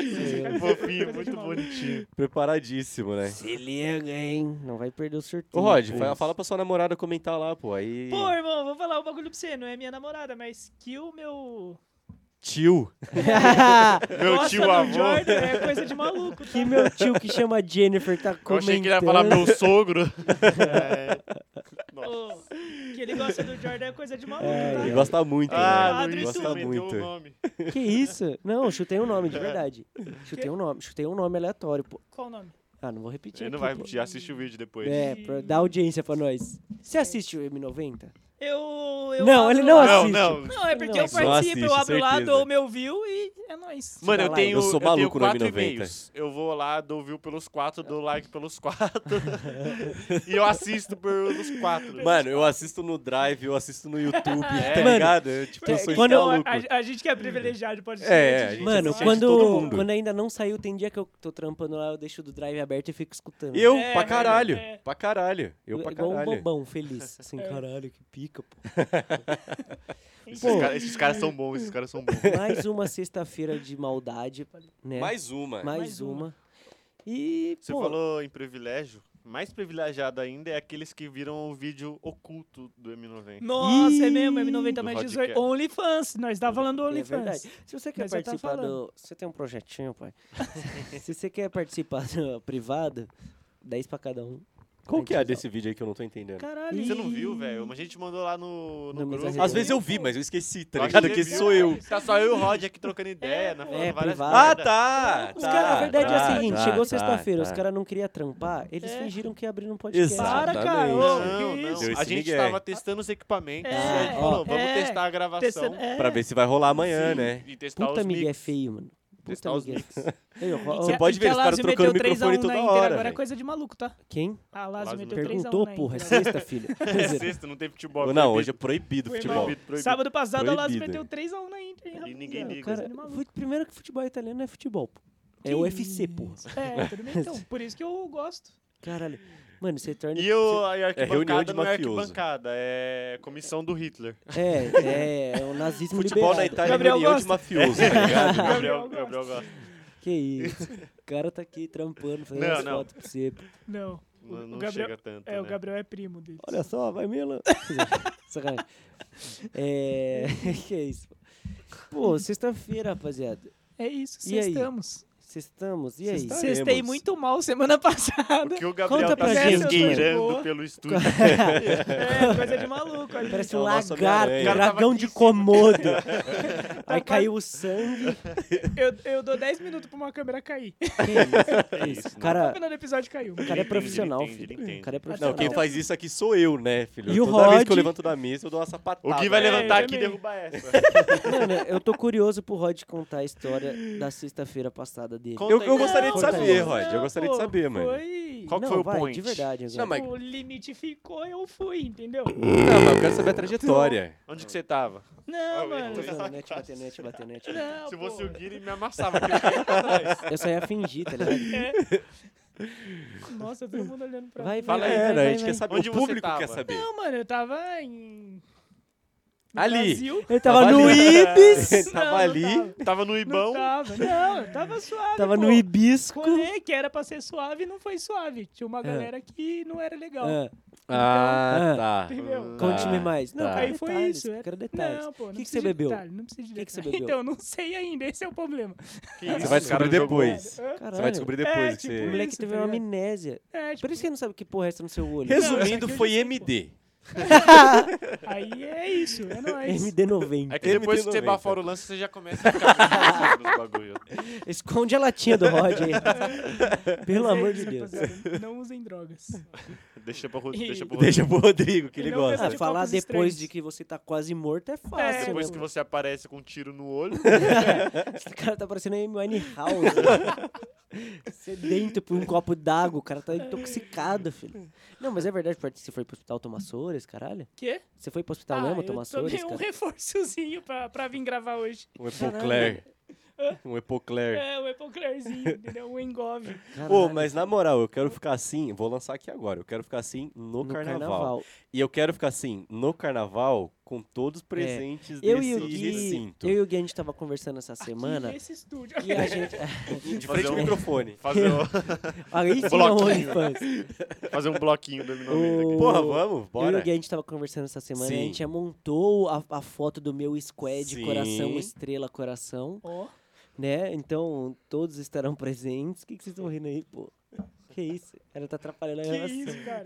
Speaker 3: É
Speaker 4: Um fofinho, muito bonitinho.
Speaker 3: Preparadíssimo, né?
Speaker 1: Se liga, hein? Não vai perder o sorteio.
Speaker 3: Ô, Rod,
Speaker 1: pô. <laughs>
Speaker 3: fala, fala pra sua namorada comentar lá, pô. Aí.
Speaker 2: Pô, irmão, vou falar um bagulho pra você. Não é minha namorada, mas que o meu...
Speaker 3: Tio.
Speaker 4: Meu
Speaker 2: Nossa,
Speaker 4: tio
Speaker 2: do
Speaker 4: avô.
Speaker 2: Jordan é coisa
Speaker 1: <laughs>
Speaker 2: de maluco.
Speaker 1: que meu tio que chama Jennifer tá comentando.
Speaker 4: Eu achei que ele ia falar meu
Speaker 3: <laughs>
Speaker 4: sogro. É. Nossa.
Speaker 2: Ô, que ele gosta do Jordan é coisa de maluco,
Speaker 1: É,
Speaker 2: tá?
Speaker 3: Ele gosta muito,
Speaker 4: Ah,
Speaker 3: né?
Speaker 2: Luiz,
Speaker 4: Luiz,
Speaker 3: Ele
Speaker 2: tu
Speaker 3: gosta
Speaker 4: meteu
Speaker 3: muito.
Speaker 4: o nome.
Speaker 1: Que isso? Não, eu chutei um nome, de verdade. Chutei um nome, chutei um nome aleatório, pô.
Speaker 2: Qual o nome?
Speaker 1: Ah, não vou repetir.
Speaker 4: Ele não
Speaker 1: aqui,
Speaker 4: vai
Speaker 1: pô.
Speaker 4: repetir, assiste o vídeo depois.
Speaker 1: É, pra dar audiência pra nós. Você assiste o M90?
Speaker 2: Eu. eu
Speaker 1: Não,
Speaker 2: abro
Speaker 1: ele não
Speaker 2: lá-
Speaker 1: assiste.
Speaker 4: não.
Speaker 2: Não, é porque
Speaker 1: Não
Speaker 2: eu
Speaker 1: assiste.
Speaker 2: participo, eu
Speaker 3: Não
Speaker 2: abro
Speaker 3: assiste,
Speaker 2: lá,
Speaker 3: certeza.
Speaker 2: dou o meu view e é nóis.
Speaker 4: Mano, eu
Speaker 1: lá,
Speaker 4: tenho,
Speaker 1: eu
Speaker 3: sou
Speaker 4: tenho
Speaker 3: maluco no
Speaker 4: quatro
Speaker 3: M90.
Speaker 4: e-mails. Eu vou lá, dou view pelos quatro, dou like pelos quatro. e eu assisto pelos quatro.
Speaker 3: <laughs> Mano, eu assisto no Drive, eu assisto no YouTube,
Speaker 4: É.
Speaker 3: tá
Speaker 4: Mano,
Speaker 3: ligado? Eu, tipo, eu sou
Speaker 1: quando
Speaker 3: quando
Speaker 1: eu-
Speaker 2: Então,
Speaker 3: maluco.
Speaker 2: a, a gente que é privilegiado pode ser.
Speaker 3: É, é,
Speaker 2: gente. assim,
Speaker 1: Mano,
Speaker 3: assiste todo
Speaker 1: quando,
Speaker 3: mundo.
Speaker 1: quando ainda não saiu, tem dia que eu tô trampando lá, eu deixo do drive aberto e fico escutando.
Speaker 3: Eu,
Speaker 2: É,
Speaker 3: pra caralho,
Speaker 2: é.
Speaker 3: pra caralho. Eu, pra
Speaker 1: Igual um
Speaker 3: caralho.
Speaker 1: bobão, feliz. Assim, caralho, que pica, pô.
Speaker 4: esses,
Speaker 1: pô.
Speaker 4: cara- esses caras são bons, esses caras são bons.
Speaker 1: Mais uma sexta-feira de maldade, né? Mais,
Speaker 3: É, Mais uma.
Speaker 2: mais
Speaker 1: uma. E,
Speaker 4: Você
Speaker 1: pô,
Speaker 4: falou em privilégio. Mais privilegiado ainda é aqueles que viram o vídeo oculto do M90.
Speaker 2: Nossa, é
Speaker 1: Ih,
Speaker 2: mesmo, M90
Speaker 4: do
Speaker 2: mais
Speaker 4: Rodcast.
Speaker 2: 18. OnlyFans, nós tá falando do
Speaker 1: é
Speaker 2: OnlyFans.
Speaker 1: verdade. Se você quer
Speaker 2: Mas já tá
Speaker 1: participar
Speaker 2: falando.
Speaker 1: do... Você tem um projetinho, pai? <laughs> Se você quer participar do privado, 10 pra cada um.
Speaker 3: Qual que é a desse vídeo aí que eu não tô entendendo?
Speaker 2: Caralho.
Speaker 4: Você não viu, velho? A gente mandou lá no, no
Speaker 1: Não, mas
Speaker 4: grupo.
Speaker 1: a
Speaker 3: Às
Speaker 1: Eu
Speaker 3: vezes
Speaker 1: vi,
Speaker 3: eu vi, mas eu esqueci, tá
Speaker 4: Acho
Speaker 3: ligado?
Speaker 4: que
Speaker 3: Que
Speaker 4: você
Speaker 3: sou
Speaker 4: viu.
Speaker 3: eu.
Speaker 4: Tá só eu e o Rod aqui trocando ideia, né? Falando
Speaker 1: É,
Speaker 4: várias
Speaker 1: privado.
Speaker 3: Ah,
Speaker 4: merda.
Speaker 3: tá!
Speaker 1: Os
Speaker 3: tá,
Speaker 1: caras, a verdade é
Speaker 3: tá,
Speaker 1: a seguinte,
Speaker 3: tá,
Speaker 1: chegou
Speaker 3: tá,
Speaker 1: sexta-feira, os
Speaker 3: tá.
Speaker 1: caras não queriam trampar, eles
Speaker 2: É.
Speaker 1: fingiram que abriram um podcast.
Speaker 2: Para, cara.
Speaker 3: Exatamente.
Speaker 2: ô, que
Speaker 4: Não,
Speaker 2: isso?
Speaker 4: não.
Speaker 3: Deu
Speaker 4: A
Speaker 3: esse
Speaker 4: gente
Speaker 3: migué.
Speaker 4: tava testando os equipamentos.
Speaker 2: É,
Speaker 4: e a gente falou, vamos
Speaker 2: é.
Speaker 4: testar a gravação.
Speaker 2: Testando- é.
Speaker 3: Pra ver se vai rolar amanhã,
Speaker 4: Sim,
Speaker 3: né?
Speaker 4: E testar
Speaker 1: Puta
Speaker 4: os
Speaker 1: amiga é
Speaker 4: mix.
Speaker 1: feio, mano. Puta
Speaker 4: Testar os
Speaker 1: amiga é
Speaker 4: mix.
Speaker 1: feio. Ei, ó, ó,
Speaker 3: Você
Speaker 2: E
Speaker 3: pode
Speaker 2: e
Speaker 3: ver,
Speaker 2: que É, a
Speaker 3: os caras
Speaker 2: Lazio
Speaker 3: trocando
Speaker 2: meteu 3 a 1
Speaker 3: microfone
Speaker 2: na
Speaker 3: toda
Speaker 2: Inter
Speaker 3: hora,
Speaker 2: Agora é
Speaker 3: velho.
Speaker 2: coisa de maluco, tá?
Speaker 1: Quem?
Speaker 2: A Lazio
Speaker 4: Lazio
Speaker 2: meteu 3 a 1
Speaker 1: Perguntou,
Speaker 2: na Inter
Speaker 1: porra, é
Speaker 2: agora.
Speaker 1: sexta, filho.
Speaker 4: <laughs> É sexta, não tem futebol.
Speaker 3: Não,
Speaker 4: proibido.
Speaker 3: hoje é proibido
Speaker 2: Foi
Speaker 3: futebol.
Speaker 2: mal.
Speaker 4: Proibido, proibido.
Speaker 2: Sábado passado a Lazio
Speaker 3: Proibido.
Speaker 2: meteu 3 a 1 na Inter. hein,
Speaker 4: E
Speaker 2: rapaz?
Speaker 4: ninguém liga.
Speaker 1: Cara,
Speaker 2: Coisa de maluco.
Speaker 1: fut- primeiro que futebol italiano não é futebol, pô. É
Speaker 2: Que
Speaker 1: UFC,
Speaker 2: isso.
Speaker 1: porra.
Speaker 2: É, tudo
Speaker 3: <laughs>
Speaker 2: bem então. Por isso que eu gosto.
Speaker 1: Caralho. Mano, você torna.
Speaker 4: E o, a
Speaker 3: É reunião
Speaker 4: arquibancada
Speaker 3: de
Speaker 4: não é
Speaker 3: mafioso.
Speaker 4: arquibancada, é comissão do Hitler.
Speaker 1: É, é, é o nazismo
Speaker 3: Futebol na
Speaker 1: liberado.
Speaker 3: Itália é
Speaker 2: Gabriel
Speaker 3: reunião de
Speaker 2: gosta.
Speaker 3: mafioso, tá
Speaker 4: <laughs>
Speaker 3: ligado?
Speaker 4: Gabriel,
Speaker 2: gosta.
Speaker 4: Gabriel gosta.
Speaker 1: Que isso. O cara tá aqui trampando, fazendo
Speaker 4: Não,
Speaker 1: as
Speaker 4: não.
Speaker 1: fotos pra você.
Speaker 2: Não. O-
Speaker 4: Não,
Speaker 2: o
Speaker 4: não
Speaker 2: Gabriel-
Speaker 4: chega tanto,
Speaker 2: É,
Speaker 4: né?
Speaker 2: o Gabriel é primo dele.
Speaker 1: Olha só, vai <laughs> Milan. Sacanagem. É. <laughs> Que é isso. Pô, sexta-feira, rapaziada.
Speaker 2: É isso,
Speaker 1: E aí?
Speaker 2: sextamos.
Speaker 1: Sextamos, e aí?
Speaker 3: Sexta- Estaremos.
Speaker 2: Cestei muito mal semana <laughs> passada.
Speaker 4: O que o Gabriel
Speaker 1: Conta
Speaker 4: tá
Speaker 1: pra
Speaker 4: se
Speaker 1: gente,
Speaker 2: mano.
Speaker 4: esgueirando pelo estúdio.
Speaker 2: É, coisa de maluco. olha.
Speaker 1: Parece
Speaker 3: É
Speaker 4: Então,
Speaker 1: um
Speaker 3: o nosso
Speaker 1: lagarto,
Speaker 3: Homem-Aranha.
Speaker 1: um
Speaker 3: O cara
Speaker 4: tava
Speaker 1: dragão
Speaker 4: aqui
Speaker 1: de
Speaker 4: em cima.
Speaker 1: Komodo. Aí caiu o sangue.
Speaker 2: Eu, eu dou 10 minutos pra uma câmera cair.
Speaker 1: Que isso, que isso. O
Speaker 3: Ah.
Speaker 2: No
Speaker 1: cara,
Speaker 2: final do episódio caiu.
Speaker 1: o cara é
Speaker 4: É Ele entende,
Speaker 1: profissional,
Speaker 4: ele entende, ele
Speaker 1: filho.
Speaker 4: entende.
Speaker 1: O cara é
Speaker 3: Não,
Speaker 1: profissional.
Speaker 3: quem faz isso aqui sou eu, né, filho?
Speaker 1: E o
Speaker 3: Toda vez que eu
Speaker 1: Rod?
Speaker 3: levanto da mesa, eu dou uma sapatada.
Speaker 4: O Gui vai levantar
Speaker 3: É,
Speaker 2: eu
Speaker 4: aqui e
Speaker 2: também.
Speaker 4: derrubar essa.
Speaker 1: Mano, eu tô curioso pro Rod contar a história da sexta-feira passada dele.
Speaker 4: Conta
Speaker 3: Eu,
Speaker 4: aí.
Speaker 3: eu gostaria de
Speaker 1: Conta aí.
Speaker 3: saber,
Speaker 1: Não,
Speaker 3: Rod. Eu gostaria de
Speaker 2: pô,
Speaker 3: saber, mano. é
Speaker 2: Foi.
Speaker 4: Qual que
Speaker 1: não,
Speaker 4: foi o
Speaker 1: vai,
Speaker 4: point?
Speaker 1: de verdade. agora.
Speaker 3: Não, mas,
Speaker 2: O limite ficou, eu fui, entendeu?
Speaker 3: não, mas eu quero saber a trajetória.
Speaker 4: Onde que você tava?
Speaker 2: Não,
Speaker 4: Ah,
Speaker 2: mano.
Speaker 4: eu tô
Speaker 1: Batendo net, batendo net, batendo net.
Speaker 3: <laughs>
Speaker 2: Não,
Speaker 4: Se fosse
Speaker 2: pô.
Speaker 4: o Gui, ele me amassava. que ele caiu pra trás.
Speaker 1: Eu só ia fingir, tá ligado?
Speaker 2: É.
Speaker 3: <laughs>
Speaker 2: Nossa, todo mundo olhando pra
Speaker 1: Vai, vai,
Speaker 2: mim.
Speaker 4: Fala aí,
Speaker 1: vai,
Speaker 3: É, né?
Speaker 1: vai,
Speaker 3: A gente
Speaker 1: vai.
Speaker 3: quer saber.
Speaker 4: Onde
Speaker 3: o
Speaker 4: você
Speaker 3: público
Speaker 4: tava?
Speaker 3: quer saber.
Speaker 2: Não, mano, eu tava em. no
Speaker 3: Ali.
Speaker 2: Brasil.
Speaker 1: Ele tava
Speaker 3: Tava
Speaker 1: no
Speaker 3: ali.
Speaker 1: Ibis.
Speaker 3: <laughs> Tava
Speaker 2: Não, não
Speaker 3: ali.
Speaker 2: tava.
Speaker 4: Tava no
Speaker 2: Não
Speaker 4: Ibão.
Speaker 2: tava, não, eu tava suave.
Speaker 1: Tava
Speaker 2: pô.
Speaker 1: no Ibisco.
Speaker 2: Rolê que era pra ser suave não foi suave. Tinha
Speaker 1: É.
Speaker 2: uma galera que não era legal.
Speaker 1: Ah,
Speaker 3: Ah,
Speaker 1: Ah.
Speaker 3: tá.
Speaker 2: Entendeu?
Speaker 1: Conte-me
Speaker 3: Tá,
Speaker 1: mais. Não,
Speaker 3: tá.
Speaker 1: quero
Speaker 2: Aí foi
Speaker 1: detalhes,
Speaker 2: isso. era-
Speaker 1: Quero detalhes.
Speaker 2: Não, pô,
Speaker 1: Tá, que
Speaker 2: não
Speaker 1: que
Speaker 2: precisa
Speaker 1: você
Speaker 2: de
Speaker 1: bebeu?
Speaker 2: detalhe, não precisa de
Speaker 1: Que que você
Speaker 2: detalhe.
Speaker 1: bebeu?
Speaker 2: Então, não sei ainda, esse é o problema.
Speaker 3: Você
Speaker 4: Que isso,
Speaker 3: vai
Speaker 4: esse cara
Speaker 3: descobrir
Speaker 4: não jogou.
Speaker 3: depois.
Speaker 2: Hã?
Speaker 1: Caralho.
Speaker 3: Você vai descobrir depois
Speaker 2: É,
Speaker 3: que
Speaker 2: tipo,
Speaker 1: O
Speaker 3: você...
Speaker 1: moleque
Speaker 2: isso,
Speaker 1: teve
Speaker 2: tá
Speaker 1: uma
Speaker 2: ligado?
Speaker 1: amnésia.
Speaker 2: É, tipo,
Speaker 1: Por isso que ele não sabe que porra resta no seu olho. <laughs>
Speaker 3: Resumindo,
Speaker 2: Não,
Speaker 3: foi
Speaker 2: isso aqui eu já
Speaker 3: MD.
Speaker 2: aí é isso,
Speaker 1: <laughs>
Speaker 2: é nóis.
Speaker 1: MD90.
Speaker 4: É que depois que você bafora o lance, você já começa a ficar com os bagulho.
Speaker 1: Esconde a latinha do Rod aí. <laughs> Pelo
Speaker 2: Mas é
Speaker 1: amor
Speaker 2: isso,
Speaker 1: de Deus.
Speaker 2: rapaziada, Não
Speaker 1: <laughs>
Speaker 2: usem drogas.
Speaker 4: Deixa pro Ru-
Speaker 2: E-
Speaker 4: deixa pro Rodrigo.
Speaker 3: Deixa pro Rodrigo, que ele
Speaker 2: Ele é um
Speaker 3: gosta.
Speaker 1: Ah,
Speaker 2: de
Speaker 1: falar
Speaker 2: copos
Speaker 1: depois
Speaker 2: estranhos.
Speaker 1: de que você tá quase morto é
Speaker 2: É.
Speaker 1: fácil.
Speaker 4: Depois
Speaker 1: né,
Speaker 4: que
Speaker 1: mano?
Speaker 4: você aparece com um tiro no
Speaker 3: <laughs>
Speaker 4: olho,
Speaker 1: O cara tá parecendo a Amy House. né? <laughs> Sedento por um copo d'água. O cara tá intoxicado, filho. Não, mas é verdade, Porto, você foi pro hospital tomar sores, caralho?
Speaker 2: Quê?
Speaker 1: Você foi pro hospital Tá mesmo tomar
Speaker 2: eu tomei
Speaker 1: sores,
Speaker 2: um
Speaker 1: cara?
Speaker 2: reforçozinho pra, pra vir gravar hoje.
Speaker 3: Um Epocler. Um Epocler.
Speaker 2: É, o Epoclerzinho, entendeu? O Engove.
Speaker 3: Pô, mas na moral, eu quero ficar assim, vou lançar aqui agora, eu quero ficar assim no, carnaval. E eu quero ficar assim no carnaval com todos os presentes
Speaker 1: É. Eu e,
Speaker 3: desse
Speaker 1: o Gui,
Speaker 3: recinto.
Speaker 1: eu e o Gui, a gente tava conversando essa
Speaker 2: Aqui <laughs>
Speaker 1: semana.
Speaker 2: nesse estúdio.
Speaker 1: E a gente.
Speaker 3: De frente ao
Speaker 4: Fazer um-
Speaker 3: microfone.
Speaker 4: fazer um,
Speaker 3: <laughs>
Speaker 1: Aí sim é um
Speaker 4: Bloquinho.
Speaker 1: OnlyFans.
Speaker 4: fazer um bloquinho do M90 aqui.
Speaker 1: O-
Speaker 3: Porra, vamos,
Speaker 1: Eu e
Speaker 3: bora.
Speaker 1: o Gui, a gente tava conversando essa semana. e A
Speaker 3: Sim.
Speaker 1: gente já montou a, a foto do meu squad,
Speaker 3: Sim.
Speaker 1: coração, estrela, coração.
Speaker 2: <laughs> Ó,
Speaker 1: né? Então, todos estarão <laughs> presentes. O que, que vocês estão rindo aí, pô? Que isso? Ela tá atrapalhando a
Speaker 2: que
Speaker 1: relação.
Speaker 2: isso, cara.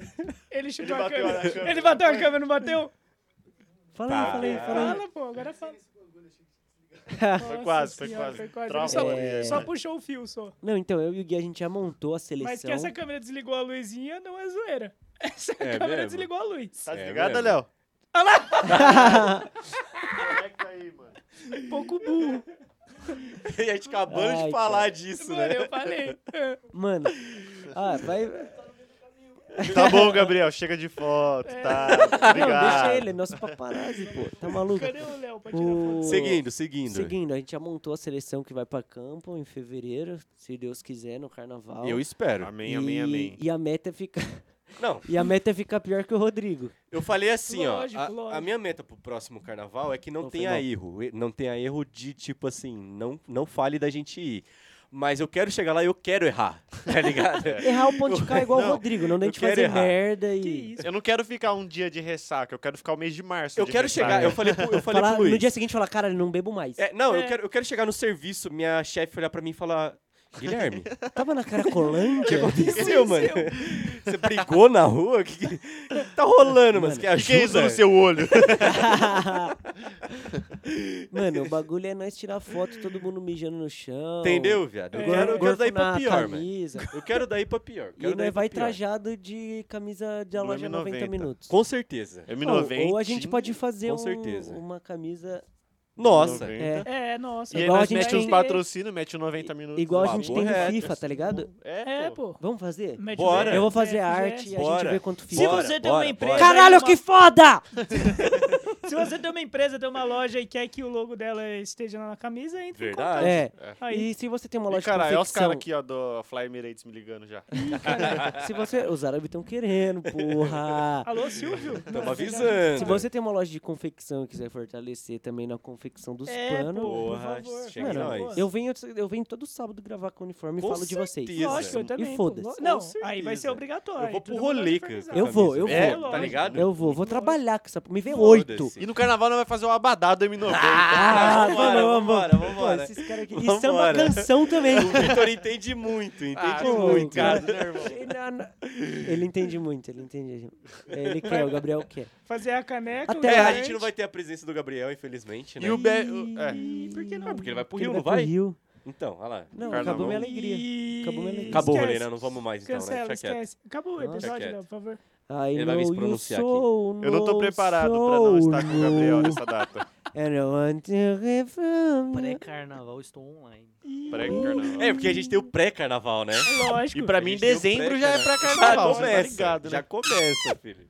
Speaker 2: Ele chutou
Speaker 4: Ele
Speaker 2: a
Speaker 4: bateu
Speaker 2: câmera.
Speaker 4: na câmera.
Speaker 2: Ele bateu a câmera, não bateu?
Speaker 1: Fala
Speaker 3: Tá.
Speaker 1: aí, fala aí, fala aí.
Speaker 2: Fala, pô, agora fala.
Speaker 4: Foi
Speaker 2: <laughs> Nossa
Speaker 4: quase, foi
Speaker 2: senhora,
Speaker 4: quase.
Speaker 2: Foi quase.
Speaker 4: Trauma.
Speaker 2: Ele só,
Speaker 1: É.
Speaker 2: só puxou o fio só.
Speaker 1: Não, então, eu e o Gui, a gente já montou a
Speaker 2: Mas que
Speaker 1: seleção.
Speaker 2: essa câmera desligou a luzinha não é zoeira. <laughs> Essa
Speaker 3: É
Speaker 2: câmera
Speaker 3: mesmo?
Speaker 2: desligou a luz.
Speaker 4: Tá
Speaker 3: É
Speaker 4: ligado,
Speaker 3: mesmo.
Speaker 4: Léo? Conecta aí,
Speaker 3: <laughs>
Speaker 4: mano.
Speaker 2: Pouco burro.
Speaker 3: a gente acabando
Speaker 1: Ai,
Speaker 3: de falar disso,
Speaker 2: Mano,
Speaker 3: né?
Speaker 2: eu falei. <laughs>
Speaker 1: Mano. Ah, vai.
Speaker 4: <laughs> Tá bom, Gabriel, chega de foto, tá?
Speaker 1: Não, deixa
Speaker 4: Obrigado.
Speaker 1: ele, é nosso paparazzi, pô. Tá maluco?
Speaker 2: Cadê o Léo pra tirar foto?
Speaker 1: O-
Speaker 3: Seguindo, seguindo.
Speaker 1: Seguindo, a gente já montou a seleção que vai pra campo em fevereiro, se Deus quiser, no carnaval.
Speaker 3: Eu espero.
Speaker 4: Amém, amém, amém.
Speaker 1: E a meta é ficar, <laughs>
Speaker 3: Não,
Speaker 1: e a meta é ficar pior que o Rodrigo.
Speaker 3: eu falei assim,
Speaker 2: Lógico,
Speaker 3: ó. a- A,
Speaker 2: lógico.
Speaker 3: minha meta pro próximo carnaval é que não
Speaker 1: Não, foi
Speaker 3: tenha
Speaker 1: mal.
Speaker 3: erro. e- Não tenha erro de, tipo assim, não, não fale da gente ir. Mas eu quero chegar lá e eu quero errar, tá
Speaker 1: <laughs>
Speaker 3: ligado?
Speaker 1: Errar o
Speaker 3: <laughs>
Speaker 1: ponto de cá é igual o
Speaker 3: Não,
Speaker 1: Rodrigo, não dá a
Speaker 3: eu
Speaker 1: gente
Speaker 3: quero
Speaker 1: fazer
Speaker 3: errar.
Speaker 1: merda
Speaker 2: Que
Speaker 1: e.
Speaker 2: isso?
Speaker 4: Eu não quero ficar um dia de ressaca, eu quero ficar o mês de março.
Speaker 3: Eu
Speaker 4: de
Speaker 3: quero
Speaker 4: ressaca.
Speaker 3: chegar, eu falei, pro- eu falei
Speaker 1: Falar,
Speaker 3: pro Luiz.
Speaker 1: no dia seguinte falar, cara, não bebo mais.
Speaker 3: É, não, eu,
Speaker 2: É.
Speaker 3: quero, eu quero chegar no serviço, minha chefe olhar pra mim e falar: Guilherme,
Speaker 1: Tava na Cracolândia?
Speaker 3: o que aconteceu, mano? <laughs> Você brigou na rua? O que, que- o que tá rolando, mas
Speaker 1: Mano,
Speaker 3: que
Speaker 4: E <laughs> que é isso
Speaker 3: ajuda?
Speaker 4: no
Speaker 1: <laughs>
Speaker 4: seu olho?
Speaker 1: <laughs> mano, o bagulho é nós tirar foto, todo mundo mijando no chão.
Speaker 3: Entendeu, viado? Eu
Speaker 1: Gor-
Speaker 3: quero, eu quero
Speaker 1: gorfo
Speaker 3: daí pra
Speaker 1: É. na
Speaker 3: pior, mano.
Speaker 1: camisa.
Speaker 3: Eu quero daí pra pior. eu
Speaker 1: E
Speaker 3: quero daí
Speaker 1: nós
Speaker 3: pra
Speaker 1: vai
Speaker 3: pior.
Speaker 1: trajado de camisa da
Speaker 4: No
Speaker 1: loja 90
Speaker 4: M90.
Speaker 1: minutos.
Speaker 3: Com
Speaker 4: É
Speaker 3: certeza.
Speaker 1: Ou,
Speaker 4: M90.
Speaker 1: ou a gente pode fazer
Speaker 3: Com
Speaker 1: um-
Speaker 3: certeza.
Speaker 1: uma camisa.
Speaker 3: Nossa.
Speaker 4: 90.
Speaker 1: É.
Speaker 2: É, nossa.
Speaker 4: E aí
Speaker 1: Igual a
Speaker 4: nós
Speaker 1: gente
Speaker 4: mete
Speaker 1: tem-
Speaker 4: uns patrocínios, mete 90 minutos.
Speaker 1: Igual a
Speaker 3: Papo
Speaker 1: gente tem no
Speaker 3: reto,
Speaker 1: FIFA, tá ligado?
Speaker 4: É,
Speaker 2: É,
Speaker 4: pô.
Speaker 2: pô.
Speaker 1: Vamos fazer?
Speaker 2: Mete o
Speaker 3: Bora.
Speaker 2: Zé,
Speaker 1: Eu vou fazer
Speaker 2: Zé,
Speaker 1: a
Speaker 2: Zé.
Speaker 1: arte e a gente
Speaker 3: Bora.
Speaker 1: vê quanto
Speaker 2: Se
Speaker 1: fica.
Speaker 3: Bora,
Speaker 2: você tem
Speaker 3: bora,
Speaker 2: uma empresa.
Speaker 3: bora.
Speaker 1: Caralho,
Speaker 2: aí uma-
Speaker 1: que foda!
Speaker 2: Se você tem uma empresa, tem uma loja e quer que o logo dela esteja na camisa, entra. em
Speaker 3: Verdade.
Speaker 1: É.
Speaker 4: É.
Speaker 2: Aí,
Speaker 1: E se você tem uma
Speaker 4: E,
Speaker 1: loja
Speaker 4: cara,
Speaker 1: de
Speaker 4: olha os
Speaker 1: confecção,
Speaker 4: caras aqui, ó, do Fly Emirates me ligando já.
Speaker 1: <laughs> se você, os árabes estão querendo, porra.
Speaker 2: alô, Silvio?
Speaker 3: Tamo
Speaker 2: Não, você já-
Speaker 3: avisando.
Speaker 1: Se você tem uma loja de confecção e quiser fortalecer também na confecção dos
Speaker 2: É,
Speaker 1: panos,
Speaker 2: pô,
Speaker 3: Porra,
Speaker 2: por favor.
Speaker 3: chega
Speaker 1: em
Speaker 2: Mano,
Speaker 3: nós.
Speaker 1: eu venho, eu venho todo sábado gravar com o uniforme e
Speaker 3: Com
Speaker 1: falo de vocês.
Speaker 3: certeza.
Speaker 2: Lógico, eu
Speaker 3: E
Speaker 2: também. pô.
Speaker 1: foda-se.
Speaker 2: Não,
Speaker 3: Com
Speaker 2: aí vai ser
Speaker 3: certeza.
Speaker 2: obrigatório.
Speaker 3: Eu vou pro
Speaker 2: todo mundo vai
Speaker 3: rolê,
Speaker 2: se
Speaker 3: cara.
Speaker 2: organizar.
Speaker 1: Eu vou, eu vou.
Speaker 3: É,
Speaker 2: vou.
Speaker 3: tá ligado?
Speaker 1: Eu vou, vou trabalhar com essa. Me vê
Speaker 3: Foda-se.
Speaker 1: oito.
Speaker 4: E no carnaval não vai fazer uma badada
Speaker 1: <laughs>
Speaker 4: do M90.
Speaker 1: Ah,
Speaker 3: Vambora,
Speaker 1: vamos, vamos.
Speaker 3: vambora,
Speaker 1: Pô,
Speaker 3: vambora.
Speaker 1: esses caras aqui. E
Speaker 3: Vambora.
Speaker 1: samba canção
Speaker 3: <laughs>
Speaker 1: também.
Speaker 3: O Vitor entende muito, entende
Speaker 4: Ah,
Speaker 1: pô,
Speaker 3: muito.
Speaker 1: cara.
Speaker 4: Né, irmão?
Speaker 1: Ele, ah, não- ele entende muito, ele entende. Ele quer, o Gabriel quer.
Speaker 2: Fazer a caneca. o
Speaker 1: Até
Speaker 3: É, a
Speaker 2: gigante.
Speaker 3: gente não vai ter a presença do Gabriel, infelizmente, né?
Speaker 4: E o Be... o- É.
Speaker 2: E por que não?
Speaker 3: Porque ele vai pro
Speaker 1: Ele
Speaker 3: Rio, não
Speaker 1: pro
Speaker 3: vai?
Speaker 1: Rio.
Speaker 3: Então, olha lá.
Speaker 1: Não,
Speaker 4: Carnaval.
Speaker 1: acabou minha alegria.
Speaker 2: E-
Speaker 1: Acabou minha alegria.
Speaker 3: Acabou o
Speaker 2: Esquece.
Speaker 3: rolê, né? Não vamos mais então,
Speaker 2: Cancela,
Speaker 3: né? Fica quieto.
Speaker 2: esquece. Acabou o
Speaker 1: Nossa.
Speaker 2: episódio,
Speaker 3: Quieto.
Speaker 2: Léo, por favor.
Speaker 1: Ai,
Speaker 3: Ele vai vir se
Speaker 1: no, you
Speaker 3: pronunciar aqui.
Speaker 1: so,
Speaker 4: Eu não tô
Speaker 1: no,
Speaker 4: preparado pra
Speaker 1: so
Speaker 4: não estar com o Gabriel
Speaker 1: no.
Speaker 4: nessa data.
Speaker 1: And I want to hear from you.
Speaker 5: Pré-carnaval, estou online.
Speaker 4: Pré-carnaval.
Speaker 3: É, porque a gente tem o pré-carnaval, né?
Speaker 2: Lógico.
Speaker 4: E pra mim,
Speaker 3: gente tem o
Speaker 4: dezembro
Speaker 3: pré,
Speaker 4: já é
Speaker 1: né?
Speaker 3: cara.
Speaker 4: pra
Speaker 3: Já
Speaker 4: carnaval, você tá
Speaker 3: começa,
Speaker 4: ligado,
Speaker 3: já
Speaker 4: né?
Speaker 3: começa, filho.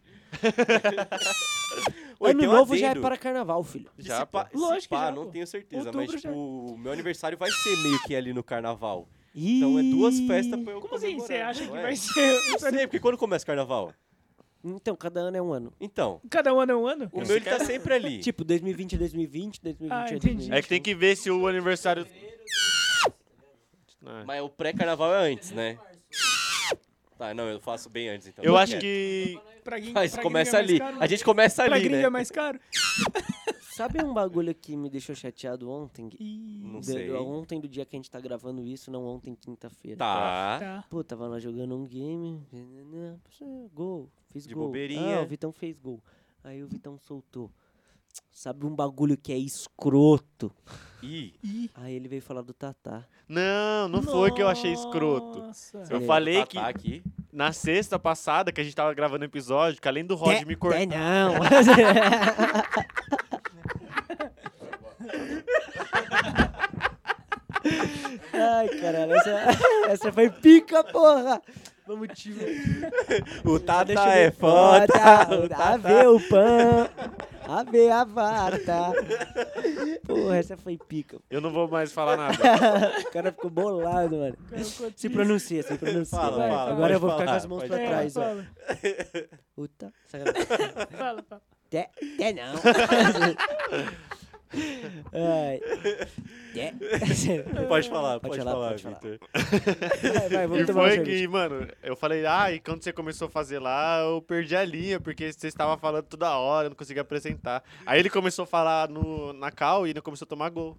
Speaker 1: Ano
Speaker 3: tem um
Speaker 1: novo já é
Speaker 3: adendo.
Speaker 1: para carnaval, filho.
Speaker 3: E
Speaker 4: Já,
Speaker 3: se pá,
Speaker 2: pô. Lógico
Speaker 3: se
Speaker 2: que
Speaker 3: pá,
Speaker 2: já,
Speaker 3: não
Speaker 2: pô.
Speaker 3: tenho certeza,
Speaker 2: Outubro
Speaker 3: mas
Speaker 2: já.
Speaker 3: tipo, o meu aniversário vai ser meio que ali no carnaval. Então é duas festas pra eu
Speaker 2: Como assim? Você
Speaker 3: comemorar,
Speaker 2: acha que
Speaker 3: não é?
Speaker 2: vai ser.
Speaker 3: Não sei, porque quando começa o carnaval?
Speaker 1: Então, cada ano é um ano.
Speaker 3: Então,
Speaker 2: Cada ano é um ano?
Speaker 3: o meu ele tá sempre ali.
Speaker 1: Tipo, 2020 é 2020, 2020 é
Speaker 2: Ah, entendi.
Speaker 1: 2020.
Speaker 4: É que tem que ver se o aniversário... É.
Speaker 3: Mas o pré-carnaval é antes, né? Tá, não, eu faço bem antes então.
Speaker 4: Eu
Speaker 3: Não
Speaker 4: acho
Speaker 3: quero.
Speaker 4: que...
Speaker 2: Pra quem,
Speaker 3: Mas
Speaker 2: pra
Speaker 3: começa
Speaker 2: gringa é
Speaker 3: ali.
Speaker 2: mais caro,
Speaker 3: A gente começa
Speaker 2: Pra
Speaker 3: ali,
Speaker 2: gringa
Speaker 3: né?
Speaker 2: é mais caro?
Speaker 1: Sabe um bagulho que me deixou chateado ontem?
Speaker 2: Ih,
Speaker 3: Não
Speaker 1: Do-
Speaker 3: sei.
Speaker 1: do- ontem do dia que a gente tá gravando isso, não ontem, quinta-feira.
Speaker 3: Tá.
Speaker 2: tá.
Speaker 1: Pô, tava lá jogando um game. Gol. Fiz
Speaker 3: De
Speaker 1: gol.
Speaker 3: bobeirinha.
Speaker 1: Ah, o Vitão fez gol. Aí o Vitão soltou. Sabe um bagulho que é escroto?
Speaker 3: Ih,
Speaker 1: Aí ele veio falar do Tatá.
Speaker 4: Não, não foi que eu achei escroto.
Speaker 2: Nossa.
Speaker 4: Eu
Speaker 1: Olha aí,
Speaker 4: falei
Speaker 3: tá,
Speaker 4: que
Speaker 3: tá aqui.
Speaker 4: na sexta passada, que a gente tava gravando episódio, que além do Rod me cortar...
Speaker 1: É
Speaker 3: <laughs>
Speaker 1: não. Ai, caralho, essa, essa foi pica, porra! Vamos, time.
Speaker 3: O Tata
Speaker 1: Deixa eu
Speaker 3: é tá,
Speaker 1: ver.
Speaker 3: foda.
Speaker 1: Foda. A ver o pan. A ver a vata. Porra, essa foi pica.
Speaker 4: Eu não vou
Speaker 1: <laughs>
Speaker 4: mais falar nada.
Speaker 1: O cara ficou bolado, mano. Se pronuncia, se pronuncia.
Speaker 3: Fala,
Speaker 1: vai.
Speaker 3: fala,
Speaker 1: Agora eu
Speaker 3: pode
Speaker 1: vou ficar
Speaker 3: falar,
Speaker 1: com as mãos
Speaker 3: pode
Speaker 1: pra
Speaker 3: falar.
Speaker 1: trás, ó.
Speaker 2: É, fala,
Speaker 1: Puta. sacanagem.
Speaker 2: fala, fala.
Speaker 1: Té, té não. Ai. Té.
Speaker 3: Pode falar,
Speaker 1: Pode
Speaker 3: pode,
Speaker 1: falar,
Speaker 3: falar,
Speaker 1: pode falar.
Speaker 3: Vitor.
Speaker 1: Vai, vai,
Speaker 4: E
Speaker 1: vamos tomar um
Speaker 4: foi
Speaker 1: sorvete.
Speaker 4: que, mano, eu falei, ah, e quando você começou a fazer lá, eu perdi a linha, porque você estava falando toda hora, eu não conseguia apresentar. Aí ele começou a falar no, na cal e ele começou a tomar gol.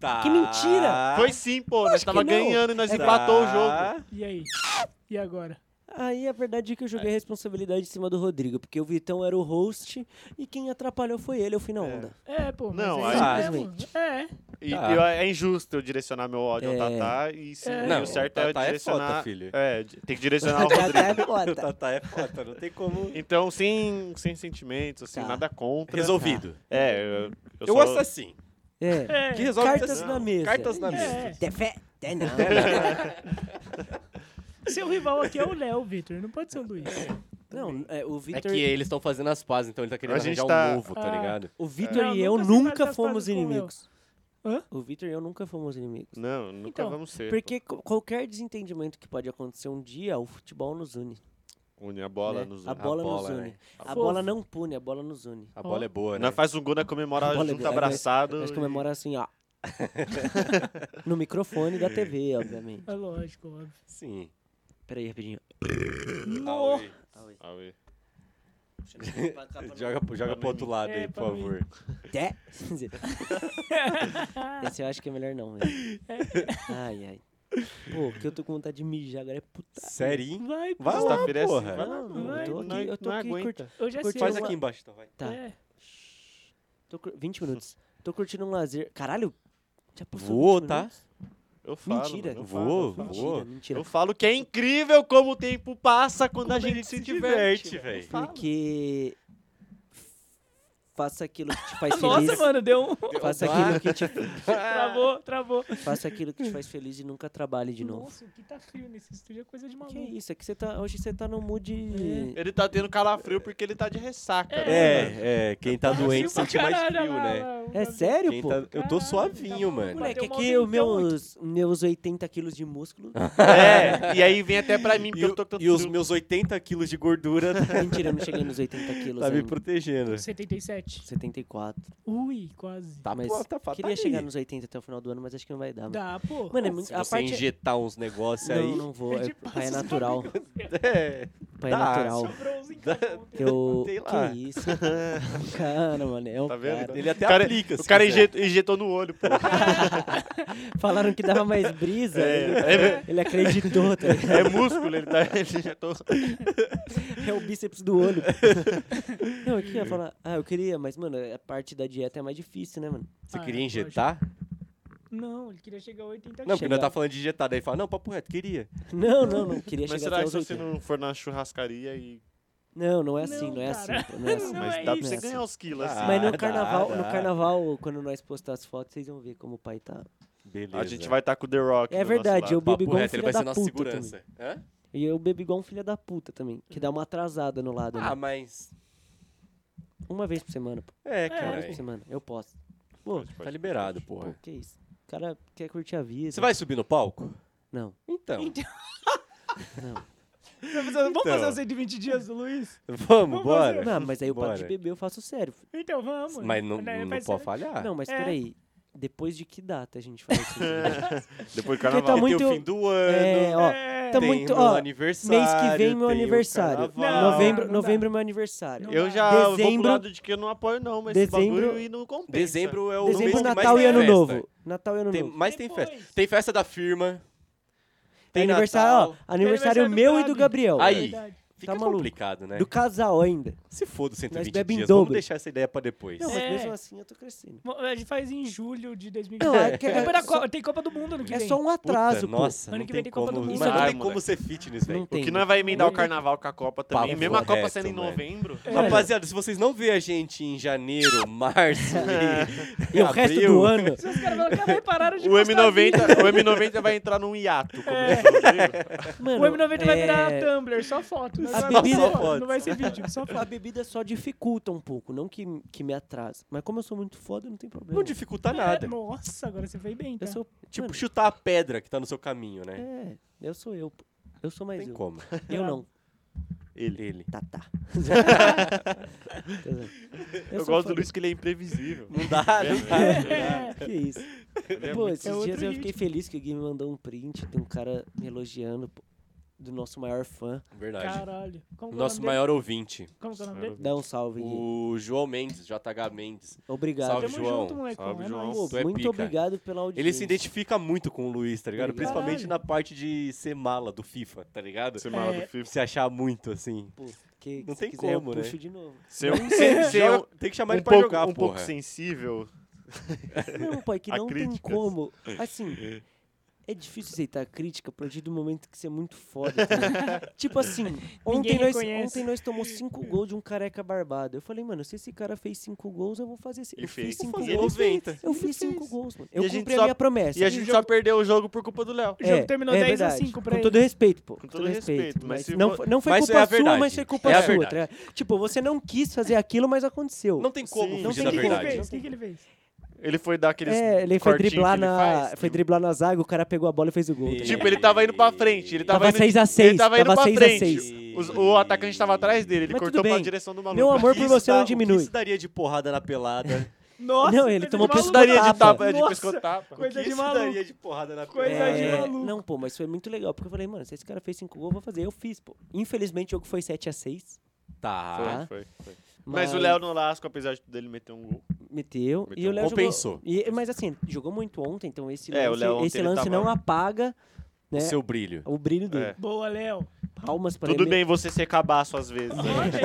Speaker 3: Tá.
Speaker 1: Que mentira!
Speaker 4: Foi sim, pô, nós
Speaker 1: que
Speaker 4: tava
Speaker 1: não. É.
Speaker 4: ganhando e nós
Speaker 3: Tá.
Speaker 4: empatou o jogo.
Speaker 2: E aí? E agora?
Speaker 1: Aí a verdade é que eu joguei a responsabilidade em cima do Rodrigo, porque o Vitão era o host e quem atrapalhou foi ele, eu fui na onda.
Speaker 2: É, pô. Mas
Speaker 4: Não,
Speaker 2: é isso
Speaker 3: aí-
Speaker 2: mesmo. É.
Speaker 4: E
Speaker 3: Tá.
Speaker 4: eu- é injusto eu direcionar meu ódio
Speaker 1: É.
Speaker 4: ao Tatá e sim,
Speaker 2: É.
Speaker 4: e
Speaker 3: Não,
Speaker 4: o certo
Speaker 3: o
Speaker 4: é eu
Speaker 3: Tatá é
Speaker 4: direcionar.
Speaker 3: foda, filho.
Speaker 4: é, di- tem
Speaker 1: <laughs>
Speaker 4: que direcionar ao Rodrigo.
Speaker 1: Até
Speaker 3: O
Speaker 1: Tá,
Speaker 3: <laughs>
Speaker 1: bota.
Speaker 3: Tatá é foda, não tem como.
Speaker 4: Então, sem, sem sentimentos, assim,
Speaker 1: Tá.
Speaker 4: nada contra.
Speaker 3: Resolvido.
Speaker 4: É, eu, eu,
Speaker 3: Eu
Speaker 4: só-
Speaker 3: gosto assim.
Speaker 1: É.
Speaker 3: Que resolve
Speaker 1: Cartas
Speaker 3: assim,
Speaker 1: na
Speaker 3: não.
Speaker 1: mesa.
Speaker 3: Cartas na
Speaker 2: É.
Speaker 3: mesa.
Speaker 1: De fé, de não.
Speaker 2: Seu rival aqui é o Léo, Vitor. Não pode ser um o Luiz.
Speaker 1: Não, é, o
Speaker 3: É
Speaker 1: Vitor
Speaker 3: que eles estão fazendo as pazes, então ele tá querendo
Speaker 4: A gente
Speaker 3: arranjar um
Speaker 4: tá-
Speaker 3: novo, tá
Speaker 2: Ah.
Speaker 3: ligado?
Speaker 1: o Vitor
Speaker 2: Não,
Speaker 1: e eu
Speaker 2: nunca se faz
Speaker 1: nunca
Speaker 2: as
Speaker 1: fomos
Speaker 2: pazes com o Léo.
Speaker 1: inimigos.
Speaker 2: Hã?
Speaker 1: O Vitor e eu nunca fomos inimigos.
Speaker 4: Não, nunca
Speaker 2: Então,
Speaker 4: vamos ser.
Speaker 1: Porque co- qualquer desentendimento que pode acontecer um dia, o futebol nos une.
Speaker 4: Une a bola
Speaker 1: né?
Speaker 4: nos
Speaker 1: a
Speaker 4: outros.
Speaker 1: bola,
Speaker 3: A
Speaker 1: nos
Speaker 3: bola,
Speaker 1: une.
Speaker 3: né?
Speaker 1: A bola não pune, a bola nos une.
Speaker 3: A bola é boa, né?
Speaker 4: Nós faz um gol, nós comemora
Speaker 1: A bola é
Speaker 4: junto
Speaker 1: boa, né?
Speaker 4: abraçado.
Speaker 1: Nós
Speaker 4: e-
Speaker 1: comemora assim, ó. <laughs> no microfone da TV, obviamente.
Speaker 2: É lógico, óbvio.
Speaker 3: Sim.
Speaker 1: Peraí, rapidinho.
Speaker 2: No.
Speaker 3: Aui.
Speaker 4: Ah, ué.
Speaker 3: Tá, Joga, pro- joga pro outro lado
Speaker 2: É,
Speaker 3: aí, por
Speaker 2: pra mim.
Speaker 3: favor.
Speaker 1: <laughs> Até. Esse eu acho que é melhor não, velho. Ai, ai. Pô, que eu tô com vontade de mijar agora é puta.
Speaker 3: Serinho?
Speaker 2: Vai, pô.
Speaker 3: Vai lá,
Speaker 4: Sexta-feira é assim,
Speaker 3: porra.
Speaker 4: vai
Speaker 1: Não,
Speaker 2: não,
Speaker 1: eu tô
Speaker 4: não,
Speaker 1: aqui, eu tô
Speaker 4: não
Speaker 1: aqui
Speaker 4: aguenta.
Speaker 1: curti-
Speaker 2: Hoje é
Speaker 1: Curte-
Speaker 2: seu.
Speaker 3: Faz
Speaker 1: Eu-
Speaker 3: aqui embaixo, então, vai.
Speaker 1: Tá.
Speaker 2: É.
Speaker 1: Tô cur- 20 minutos. Tô curtindo um lazer. Caralho, já passou
Speaker 3: Voou,
Speaker 1: 20
Speaker 3: tá?
Speaker 1: minutos?
Speaker 4: Eu falo.
Speaker 1: Mentira.
Speaker 4: mano, eu
Speaker 3: Vou, vou.
Speaker 4: falo, eu falo.
Speaker 1: Mentira, mentira.
Speaker 4: Eu falo que é incrível como o tempo passa quando
Speaker 1: é
Speaker 4: a gente se diverte,
Speaker 3: velho.
Speaker 4: velho. Eu falo.
Speaker 1: Porque... Faça aquilo que te faz <laughs>
Speaker 2: Nossa,
Speaker 1: feliz.
Speaker 2: mano, deu um.
Speaker 1: Faça aquilo, que te,
Speaker 2: travou, travou.
Speaker 1: faça aquilo que te
Speaker 3: <laughs>
Speaker 1: faz feliz e nunca trabalhe de novo.
Speaker 2: Nossa, o que tá frio nesse estúdio é coisa de maluco.
Speaker 1: Que isso, é que você tá. Hoje você tá no mood.
Speaker 3: É.
Speaker 4: Ele tá tendo calafrio porque ele tá de ressaca. né, mano?
Speaker 3: É, é, quem tá
Speaker 2: Assim
Speaker 3: doente sente mais frio, né?
Speaker 2: um
Speaker 1: É sério,
Speaker 3: Quem
Speaker 1: pô?
Speaker 3: tá- Eu tô
Speaker 2: Caralho,
Speaker 3: suavinho,
Speaker 2: tá
Speaker 3: mano.
Speaker 2: moleque.
Speaker 1: Moleque,
Speaker 2: Bateu
Speaker 1: aqui
Speaker 2: um
Speaker 1: os meus, meus 80 quilos de músculo.
Speaker 3: Ah.
Speaker 4: É, e aí vem até pra mim, porque
Speaker 3: E,
Speaker 4: eu tô com
Speaker 3: o-
Speaker 4: tanto
Speaker 3: e os
Speaker 4: frio.
Speaker 3: meus 80 quilos de gordura
Speaker 1: <laughs> Mentira, eu não cheguei nos 80 quilos.
Speaker 3: <laughs> tá me
Speaker 1: ainda.
Speaker 3: protegendo.
Speaker 2: 77.
Speaker 1: 74.
Speaker 2: Ui, quase.
Speaker 3: Tá,
Speaker 1: mas
Speaker 3: pô, tá, tá
Speaker 1: Queria
Speaker 3: ali.
Speaker 1: chegar nos 80 até o final do ano, mas acho que não vai dar. mano.
Speaker 2: Dá, pô.
Speaker 1: Mano, é
Speaker 3: Se
Speaker 1: muito. A
Speaker 3: você
Speaker 1: parte.
Speaker 3: injetar uns negócios
Speaker 1: Não,
Speaker 3: aí...
Speaker 1: não vou. É,
Speaker 2: Pede
Speaker 1: pai é
Speaker 2: passos pra
Speaker 1: natural.
Speaker 3: É,
Speaker 1: Pai é
Speaker 3: Dá,
Speaker 1: natural.
Speaker 2: Sobrou uns encargos.
Speaker 1: <laughs> Eu.
Speaker 3: <laughs> Sei lá.
Speaker 1: Que isso? <laughs> Cara, mano. É um
Speaker 4: Tá vendo?
Speaker 1: cara.
Speaker 3: ele até
Speaker 4: O cara-
Speaker 3: aplica.
Speaker 4: O
Speaker 3: se
Speaker 4: cara
Speaker 3: quiser.
Speaker 4: injetou, injetou no olho, pô.
Speaker 1: Falaram que dava mais brisa. ele,
Speaker 4: É,
Speaker 1: ele acreditou, tá ligado?
Speaker 4: é músculo, ele tá. Ele injetou.
Speaker 1: É o bíceps do olho. Não, eu queria falar. Ah, eu queria, mas, mano, a parte da dieta é mais difícil, né, mano?
Speaker 3: Você
Speaker 2: Ah,
Speaker 3: queria
Speaker 2: é,
Speaker 3: injetar?
Speaker 2: Não, ele queria chegar a 80
Speaker 3: Não, porque nós
Speaker 1: Chegar.
Speaker 3: tá falando de injetar. Daí fala, não, papo reto, queria.
Speaker 1: Não, não, não. Queria
Speaker 4: Mas
Speaker 1: chegar
Speaker 4: será
Speaker 1: até
Speaker 4: que
Speaker 1: os
Speaker 4: se você
Speaker 1: 80. Não...
Speaker 4: não for na churrascaria e.
Speaker 1: não, é assim, não, é
Speaker 2: Não, cara.
Speaker 1: assim. pô, Não é
Speaker 4: <laughs>
Speaker 1: assim.
Speaker 2: Não
Speaker 4: Mas
Speaker 2: é
Speaker 4: dá pra
Speaker 1: isso.
Speaker 4: você ganhar os quilos,
Speaker 3: Ah,
Speaker 4: assim.
Speaker 1: Mas
Speaker 3: dá,
Speaker 1: no carnaval, no
Speaker 3: dá.
Speaker 1: carnaval, quando nós postar as fotos, vocês vão ver como o pai tá.
Speaker 3: Beleza.
Speaker 4: A gente vai estar com o The Rock.
Speaker 1: É
Speaker 4: do nosso
Speaker 1: verdade,
Speaker 4: lado.
Speaker 1: eu bebo
Speaker 3: Papo
Speaker 1: igual um
Speaker 3: reto, ele
Speaker 1: filho
Speaker 3: vai ser
Speaker 1: da
Speaker 3: nossa
Speaker 1: puta também.
Speaker 3: segurança. Hã?
Speaker 1: E eu bebo igual um filho da puta também, que dá uma atrasada no lado.
Speaker 3: Ah,
Speaker 1: né?
Speaker 3: mas...
Speaker 1: Uma vez por semana, pô.
Speaker 3: É,
Speaker 1: Uma
Speaker 3: cara.
Speaker 1: vez por semana, eu posso. Pô,
Speaker 4: Tipo,
Speaker 3: Tá liberado, porra.
Speaker 1: pô, que isso. O cara quer curtir a vida.
Speaker 3: Você vai subir no palco?
Speaker 1: Não.
Speaker 3: Então.
Speaker 2: Vamos fazer, vamos
Speaker 3: Então.
Speaker 2: fazer os 120 dias do Luiz?
Speaker 3: Vamos, bora.
Speaker 1: Não, mas aí eu paro de
Speaker 3: Bora.
Speaker 1: beber, eu faço sério.
Speaker 2: Então vamos.
Speaker 3: Mas não,
Speaker 2: Né,
Speaker 3: não
Speaker 2: vai ser-
Speaker 3: pode falhar.
Speaker 1: Não, mas
Speaker 2: É.
Speaker 1: peraí. Depois de que data a gente faz isso?
Speaker 4: Depois do
Speaker 1: Porque
Speaker 4: carnaval.
Speaker 1: tá
Speaker 3: Porque
Speaker 1: muito-
Speaker 3: tem o fim do ano.
Speaker 1: é, ó.
Speaker 2: É,
Speaker 1: tá
Speaker 3: tem
Speaker 1: muito-
Speaker 3: o meu
Speaker 1: ó,
Speaker 3: aniversário.
Speaker 1: Mês que vem, meu
Speaker 3: tem o
Speaker 1: aniversário.
Speaker 3: carnaval.
Speaker 1: novembro
Speaker 2: Não dá.
Speaker 1: novembro é meu aniversário.
Speaker 2: Não
Speaker 4: Eu
Speaker 2: dá.
Speaker 4: já vou pro
Speaker 1: Dezembro-
Speaker 4: lado de que eu não apoio, não, mas
Speaker 1: Dezembro-
Speaker 4: esse bagulho e não compensa.
Speaker 3: Dezembro é o
Speaker 1: Dezembro,
Speaker 3: mês que
Speaker 1: Natal
Speaker 3: mais
Speaker 1: e
Speaker 3: tem
Speaker 1: Ano
Speaker 3: festa.
Speaker 1: Novo. Natal e Ano
Speaker 3: Tem,
Speaker 1: Novo.
Speaker 3: mais tem
Speaker 2: Depois.
Speaker 3: festa. Tem festa da firma.
Speaker 1: Tem
Speaker 3: Tem
Speaker 1: É aniversário, ó,
Speaker 3: Natal.
Speaker 1: aniversário,
Speaker 2: aniversário do
Speaker 1: meu e
Speaker 2: Gabi.
Speaker 1: do Gabriel.
Speaker 3: Aí.
Speaker 2: verdade.
Speaker 3: Fica
Speaker 1: maluco.
Speaker 3: complicado, né?
Speaker 1: Do casal ainda.
Speaker 3: Se foda os 120
Speaker 1: bebe em
Speaker 3: dias,
Speaker 1: dobro.
Speaker 3: vamos deixar essa ideia pra depois.
Speaker 1: Não, mas
Speaker 2: É.
Speaker 1: mesmo assim eu tô crescendo.
Speaker 2: Bom, A gente faz em julho de
Speaker 1: Não,
Speaker 2: 2020.
Speaker 1: é, que-
Speaker 2: Copa da
Speaker 1: é, só,
Speaker 2: Co- Tem Copa do Mundo no que
Speaker 1: é
Speaker 2: vem.
Speaker 1: só um
Speaker 3: Puta,
Speaker 1: atraso, pô.
Speaker 3: nossa,
Speaker 2: Ano
Speaker 3: não
Speaker 2: que
Speaker 3: tem
Speaker 2: vem tem Copa
Speaker 3: como,
Speaker 2: do Mundo.
Speaker 3: mas não
Speaker 4: Vai,
Speaker 3: tem como
Speaker 4: moleque.
Speaker 3: ser fitness,
Speaker 1: Não
Speaker 3: velho.
Speaker 1: tem.
Speaker 4: O que não vai emendar
Speaker 1: Não tem.
Speaker 4: o carnaval com a Copa também.
Speaker 3: Papo
Speaker 4: mesmo a Copa
Speaker 3: reto,
Speaker 4: sendo em
Speaker 3: mano.
Speaker 4: novembro.
Speaker 2: É.
Speaker 3: Rapaziada, se vocês não verem a gente em janeiro, <laughs> março e,
Speaker 1: <laughs> E o
Speaker 3: abril,
Speaker 1: resto
Speaker 3: <laughs>
Speaker 1: do ano.
Speaker 2: Se os caras falam, "Caralho, pararam de
Speaker 4: O
Speaker 2: postar
Speaker 4: M90,
Speaker 2: vídeo."
Speaker 4: o M90 vai entrar num hiato. Como é.
Speaker 1: Mano,
Speaker 2: O M90 vai
Speaker 1: é,
Speaker 2: virar Tumblr, só foto. Não,
Speaker 1: A
Speaker 2: vai,
Speaker 1: bebida-
Speaker 2: só
Speaker 1: Só
Speaker 2: foto.
Speaker 3: foto.
Speaker 2: não vai ser vídeo, só
Speaker 1: A
Speaker 2: foto.
Speaker 1: bebida só dificulta um pouco, não que, que me atrasa. Mas como eu sou muito foda, não tem problema.
Speaker 3: não dificulta <laughs> nada.
Speaker 2: É, nossa, agora você foi bem, tá?
Speaker 1: Eu sou.
Speaker 3: Tipo,
Speaker 1: mano,
Speaker 3: chutar a pedra que tá no seu caminho, né?
Speaker 1: É, eu sou eu, pô. Eu sou mais
Speaker 3: Tem
Speaker 1: eu.
Speaker 3: como.
Speaker 1: Eu não.
Speaker 3: Ele. Ele.
Speaker 1: Tá, tá.
Speaker 4: Eu,
Speaker 1: sou
Speaker 4: gosto
Speaker 1: foda.
Speaker 4: do Luiz que ele é imprevisível.
Speaker 3: Não dá, não dá.
Speaker 2: É,
Speaker 1: Que isso.
Speaker 4: Ele é
Speaker 1: Pô,
Speaker 4: muito-
Speaker 1: esses
Speaker 2: é outro
Speaker 1: dias eu
Speaker 2: ritmo.
Speaker 1: fiquei feliz que o Gui me mandou um print de um cara me elogiando. pô. do nosso maior fã.
Speaker 3: Verdade.
Speaker 2: Caralho. Como que é o
Speaker 3: Nosso
Speaker 2: nome dele?
Speaker 3: maior ouvinte,
Speaker 2: Como que é o nome dele?
Speaker 1: Dá um salve. Gui.
Speaker 3: o João Mendes, JH Mendes.
Speaker 1: Obrigado.
Speaker 3: Salve,
Speaker 2: Tamo
Speaker 3: João.
Speaker 2: junto, molecão.
Speaker 4: Salve,
Speaker 2: é
Speaker 4: João.
Speaker 2: nóis.
Speaker 1: Pô,
Speaker 3: tu é
Speaker 1: muito
Speaker 3: pica.
Speaker 1: obrigado pela audiência.
Speaker 3: Ele se identifica muito com o Luiz, tá ligado?
Speaker 1: Obrigado.
Speaker 3: Principalmente na parte de ser mala do FIFA, tá ligado?
Speaker 4: Você mala
Speaker 2: É.
Speaker 4: do FIFA.
Speaker 3: Se achar muito, assim.
Speaker 1: Pô, que,
Speaker 3: Não
Speaker 1: se
Speaker 3: tem
Speaker 1: quiser, eu
Speaker 3: como, né?
Speaker 1: puxo de novo.
Speaker 4: Ser um,
Speaker 3: Você
Speaker 4: ser um,
Speaker 3: joga- tem que chamar
Speaker 4: um
Speaker 3: ele pra
Speaker 4: pouco,
Speaker 3: jogar,
Speaker 4: um
Speaker 3: porra.
Speaker 4: pouco sensível.
Speaker 1: Não, pai, que
Speaker 4: Há
Speaker 1: não tem
Speaker 4: críticas.
Speaker 1: como. Assim, é difícil aceitar crítica a partir do momento que você é muito foda. tá ligado?
Speaker 4: <laughs>
Speaker 1: tipo assim, ontem nós,
Speaker 2: reconhece.
Speaker 1: ontem nós tomamos cinco gols de um careca barbado. Eu falei, mano, se esse cara fez cinco gols, eu vou fazer. ci-
Speaker 4: E
Speaker 1: eu
Speaker 4: fez.
Speaker 1: fiz cinco
Speaker 3: Vou fazer
Speaker 1: gols.
Speaker 3: 90.
Speaker 1: Eu fiz cinco gols, mano. Eu
Speaker 4: a gente
Speaker 1: cumpri a,
Speaker 4: só-
Speaker 1: minha promessa. É,
Speaker 4: E a gente só perdeu o jogo por culpa do Léo.
Speaker 2: O jogo terminou 10 a 5 pra
Speaker 1: Com
Speaker 2: ele.
Speaker 1: todo respeito, pô.
Speaker 4: todo respeito, mas se
Speaker 1: não,
Speaker 4: vo-
Speaker 1: foi- não foi
Speaker 3: Mas
Speaker 1: culpa
Speaker 3: é a
Speaker 1: sua,
Speaker 3: verdade.
Speaker 1: mas foi culpa
Speaker 3: É a
Speaker 1: sua.
Speaker 3: verdade.
Speaker 1: tá ligado? Tipo, você não quis fazer
Speaker 4: É.
Speaker 1: aquilo, mas aconteceu.
Speaker 3: Não tem como
Speaker 4: Sim,
Speaker 2: Não
Speaker 3: fugir
Speaker 2: sei
Speaker 3: da
Speaker 2: o que que ele
Speaker 3: verdade.
Speaker 2: fez. O que que ele fez?
Speaker 4: Ele foi dar aqueles
Speaker 1: É, ele foi
Speaker 4: cortinhos
Speaker 1: driblar
Speaker 4: que ele
Speaker 1: na,
Speaker 4: faz,
Speaker 1: foi
Speaker 4: que-
Speaker 1: driblar na zaga, o cara pegou a bola e fez o gol. tá
Speaker 3: E-
Speaker 1: ligado?
Speaker 4: Tipo, ele tava indo pra frente. Ele tava,
Speaker 1: Tava
Speaker 4: indo,
Speaker 1: 6 a 6,
Speaker 4: Ele tava indo
Speaker 1: tava
Speaker 4: pra
Speaker 1: 6 a
Speaker 4: frente.
Speaker 1: 6.
Speaker 4: Os- o atacante tava atrás dele. Ele
Speaker 1: Mas tudo
Speaker 4: cortou pra
Speaker 1: bem.
Speaker 4: direção do maluco.
Speaker 1: Meu amor
Speaker 3: O que
Speaker 1: por você
Speaker 3: isso dá-
Speaker 1: não
Speaker 3: o que
Speaker 1: diminui.
Speaker 3: isso daria de porrada na pelada?
Speaker 2: Nossa,
Speaker 1: Não, ele
Speaker 2: coisa
Speaker 1: tomou
Speaker 2: de
Speaker 1: por
Speaker 2: maluco.
Speaker 1: daria
Speaker 4: Daria de tapa, é de
Speaker 2: Nossa,
Speaker 4: pescotapa.
Speaker 3: O que
Speaker 2: Coisa de
Speaker 3: isso
Speaker 2: maluco.
Speaker 3: daria de porrada na
Speaker 2: Coisa
Speaker 4: é
Speaker 3: pelada? É.
Speaker 2: de maluco.
Speaker 1: É, Não, pô, mas foi muito legal, porque eu falei, mano, se esse cara fez 5 gols, eu vou fazer. Eu fiz, pô. Infelizmente, o jogo foi 7x6.
Speaker 3: Tá.
Speaker 1: Tá.
Speaker 4: Foi, foi, foi. Ah. Mas o Léo no Lasco, apesar de dele meter um gol.
Speaker 1: Meteu, e
Speaker 4: Meteu.
Speaker 1: o Léo
Speaker 3: Compensou.
Speaker 1: jogou... E, mas assim, jogou muito ontem, então esse
Speaker 4: É, o
Speaker 1: lance,
Speaker 4: Léo ontem
Speaker 1: esse
Speaker 4: ele
Speaker 1: lance
Speaker 4: tava-
Speaker 1: não apaga né,
Speaker 3: O seu brilho.
Speaker 1: o brilho dele.
Speaker 4: É.
Speaker 2: Boa, Léo.
Speaker 1: Palmas pra
Speaker 4: Tudo
Speaker 1: ele.
Speaker 4: bem você ser cabaço às vezes. é,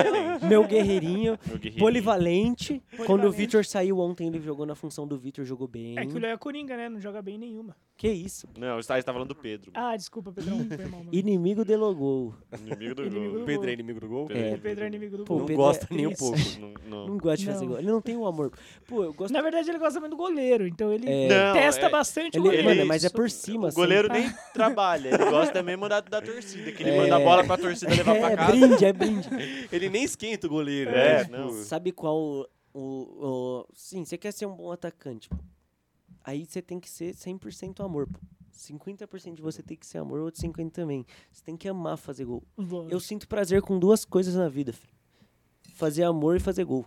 Speaker 1: Meu
Speaker 4: <laughs>
Speaker 1: guerreirinho,
Speaker 4: Meu guerreiro.
Speaker 1: polivalente. Quando o
Speaker 2: Polivalente.
Speaker 1: Vitor saiu ontem, ele jogou na função do Vitor, jogou bem.
Speaker 2: É que o Léo é coringa, né? Não joga bem nenhuma.
Speaker 1: Que isso,
Speaker 4: Não, você tava falando do Pedro.
Speaker 2: Ah, desculpa, Pedrão. Foi mal, mano.
Speaker 1: inimigo delogou.
Speaker 4: Inimigo do
Speaker 2: Inimigo
Speaker 4: gol.
Speaker 2: do-
Speaker 3: O Pedro é inimigo do gol?
Speaker 4: Pedro.
Speaker 2: O Pedro é inimigo do
Speaker 1: Pô,
Speaker 2: gol.
Speaker 3: Não
Speaker 1: Pedro
Speaker 3: gosta
Speaker 1: é-
Speaker 3: nem um
Speaker 1: Isso.
Speaker 3: pouco.
Speaker 4: Não, não.
Speaker 1: Não gosta de fazer
Speaker 2: Não.
Speaker 1: gol. Ele não tem um amor. Pô, eu gosto...
Speaker 2: Na verdade, ele gosta muito do goleiro, então ele
Speaker 1: É.
Speaker 4: Não,
Speaker 2: testa
Speaker 4: é-
Speaker 2: bastante o
Speaker 1: Ele,
Speaker 2: goleiro.
Speaker 1: mano, mas é por cima,
Speaker 4: O
Speaker 1: assim.
Speaker 4: goleiro nem trabalha, ele gosta mesmo da, da torcida, que ele
Speaker 1: É.
Speaker 4: manda a bola pra torcida levar pra
Speaker 1: É,
Speaker 4: casa.
Speaker 1: brinde, é
Speaker 4: <laughs>
Speaker 1: brinde.
Speaker 3: Ele nem esquenta o goleiro.
Speaker 4: É,
Speaker 3: né? Tipo,
Speaker 4: não.
Speaker 1: Sabe qual o, o- o- Sim, você quer ser um bom atacante. pô. Aí você tem que ser 100% amor. Pô. 50% de você tem que ser amor, outro 50% também. Você tem que amar fazer gol.
Speaker 2: Bom,
Speaker 1: Eu sinto prazer com duas coisas na vida, filho. Fazer amor e fazer gol.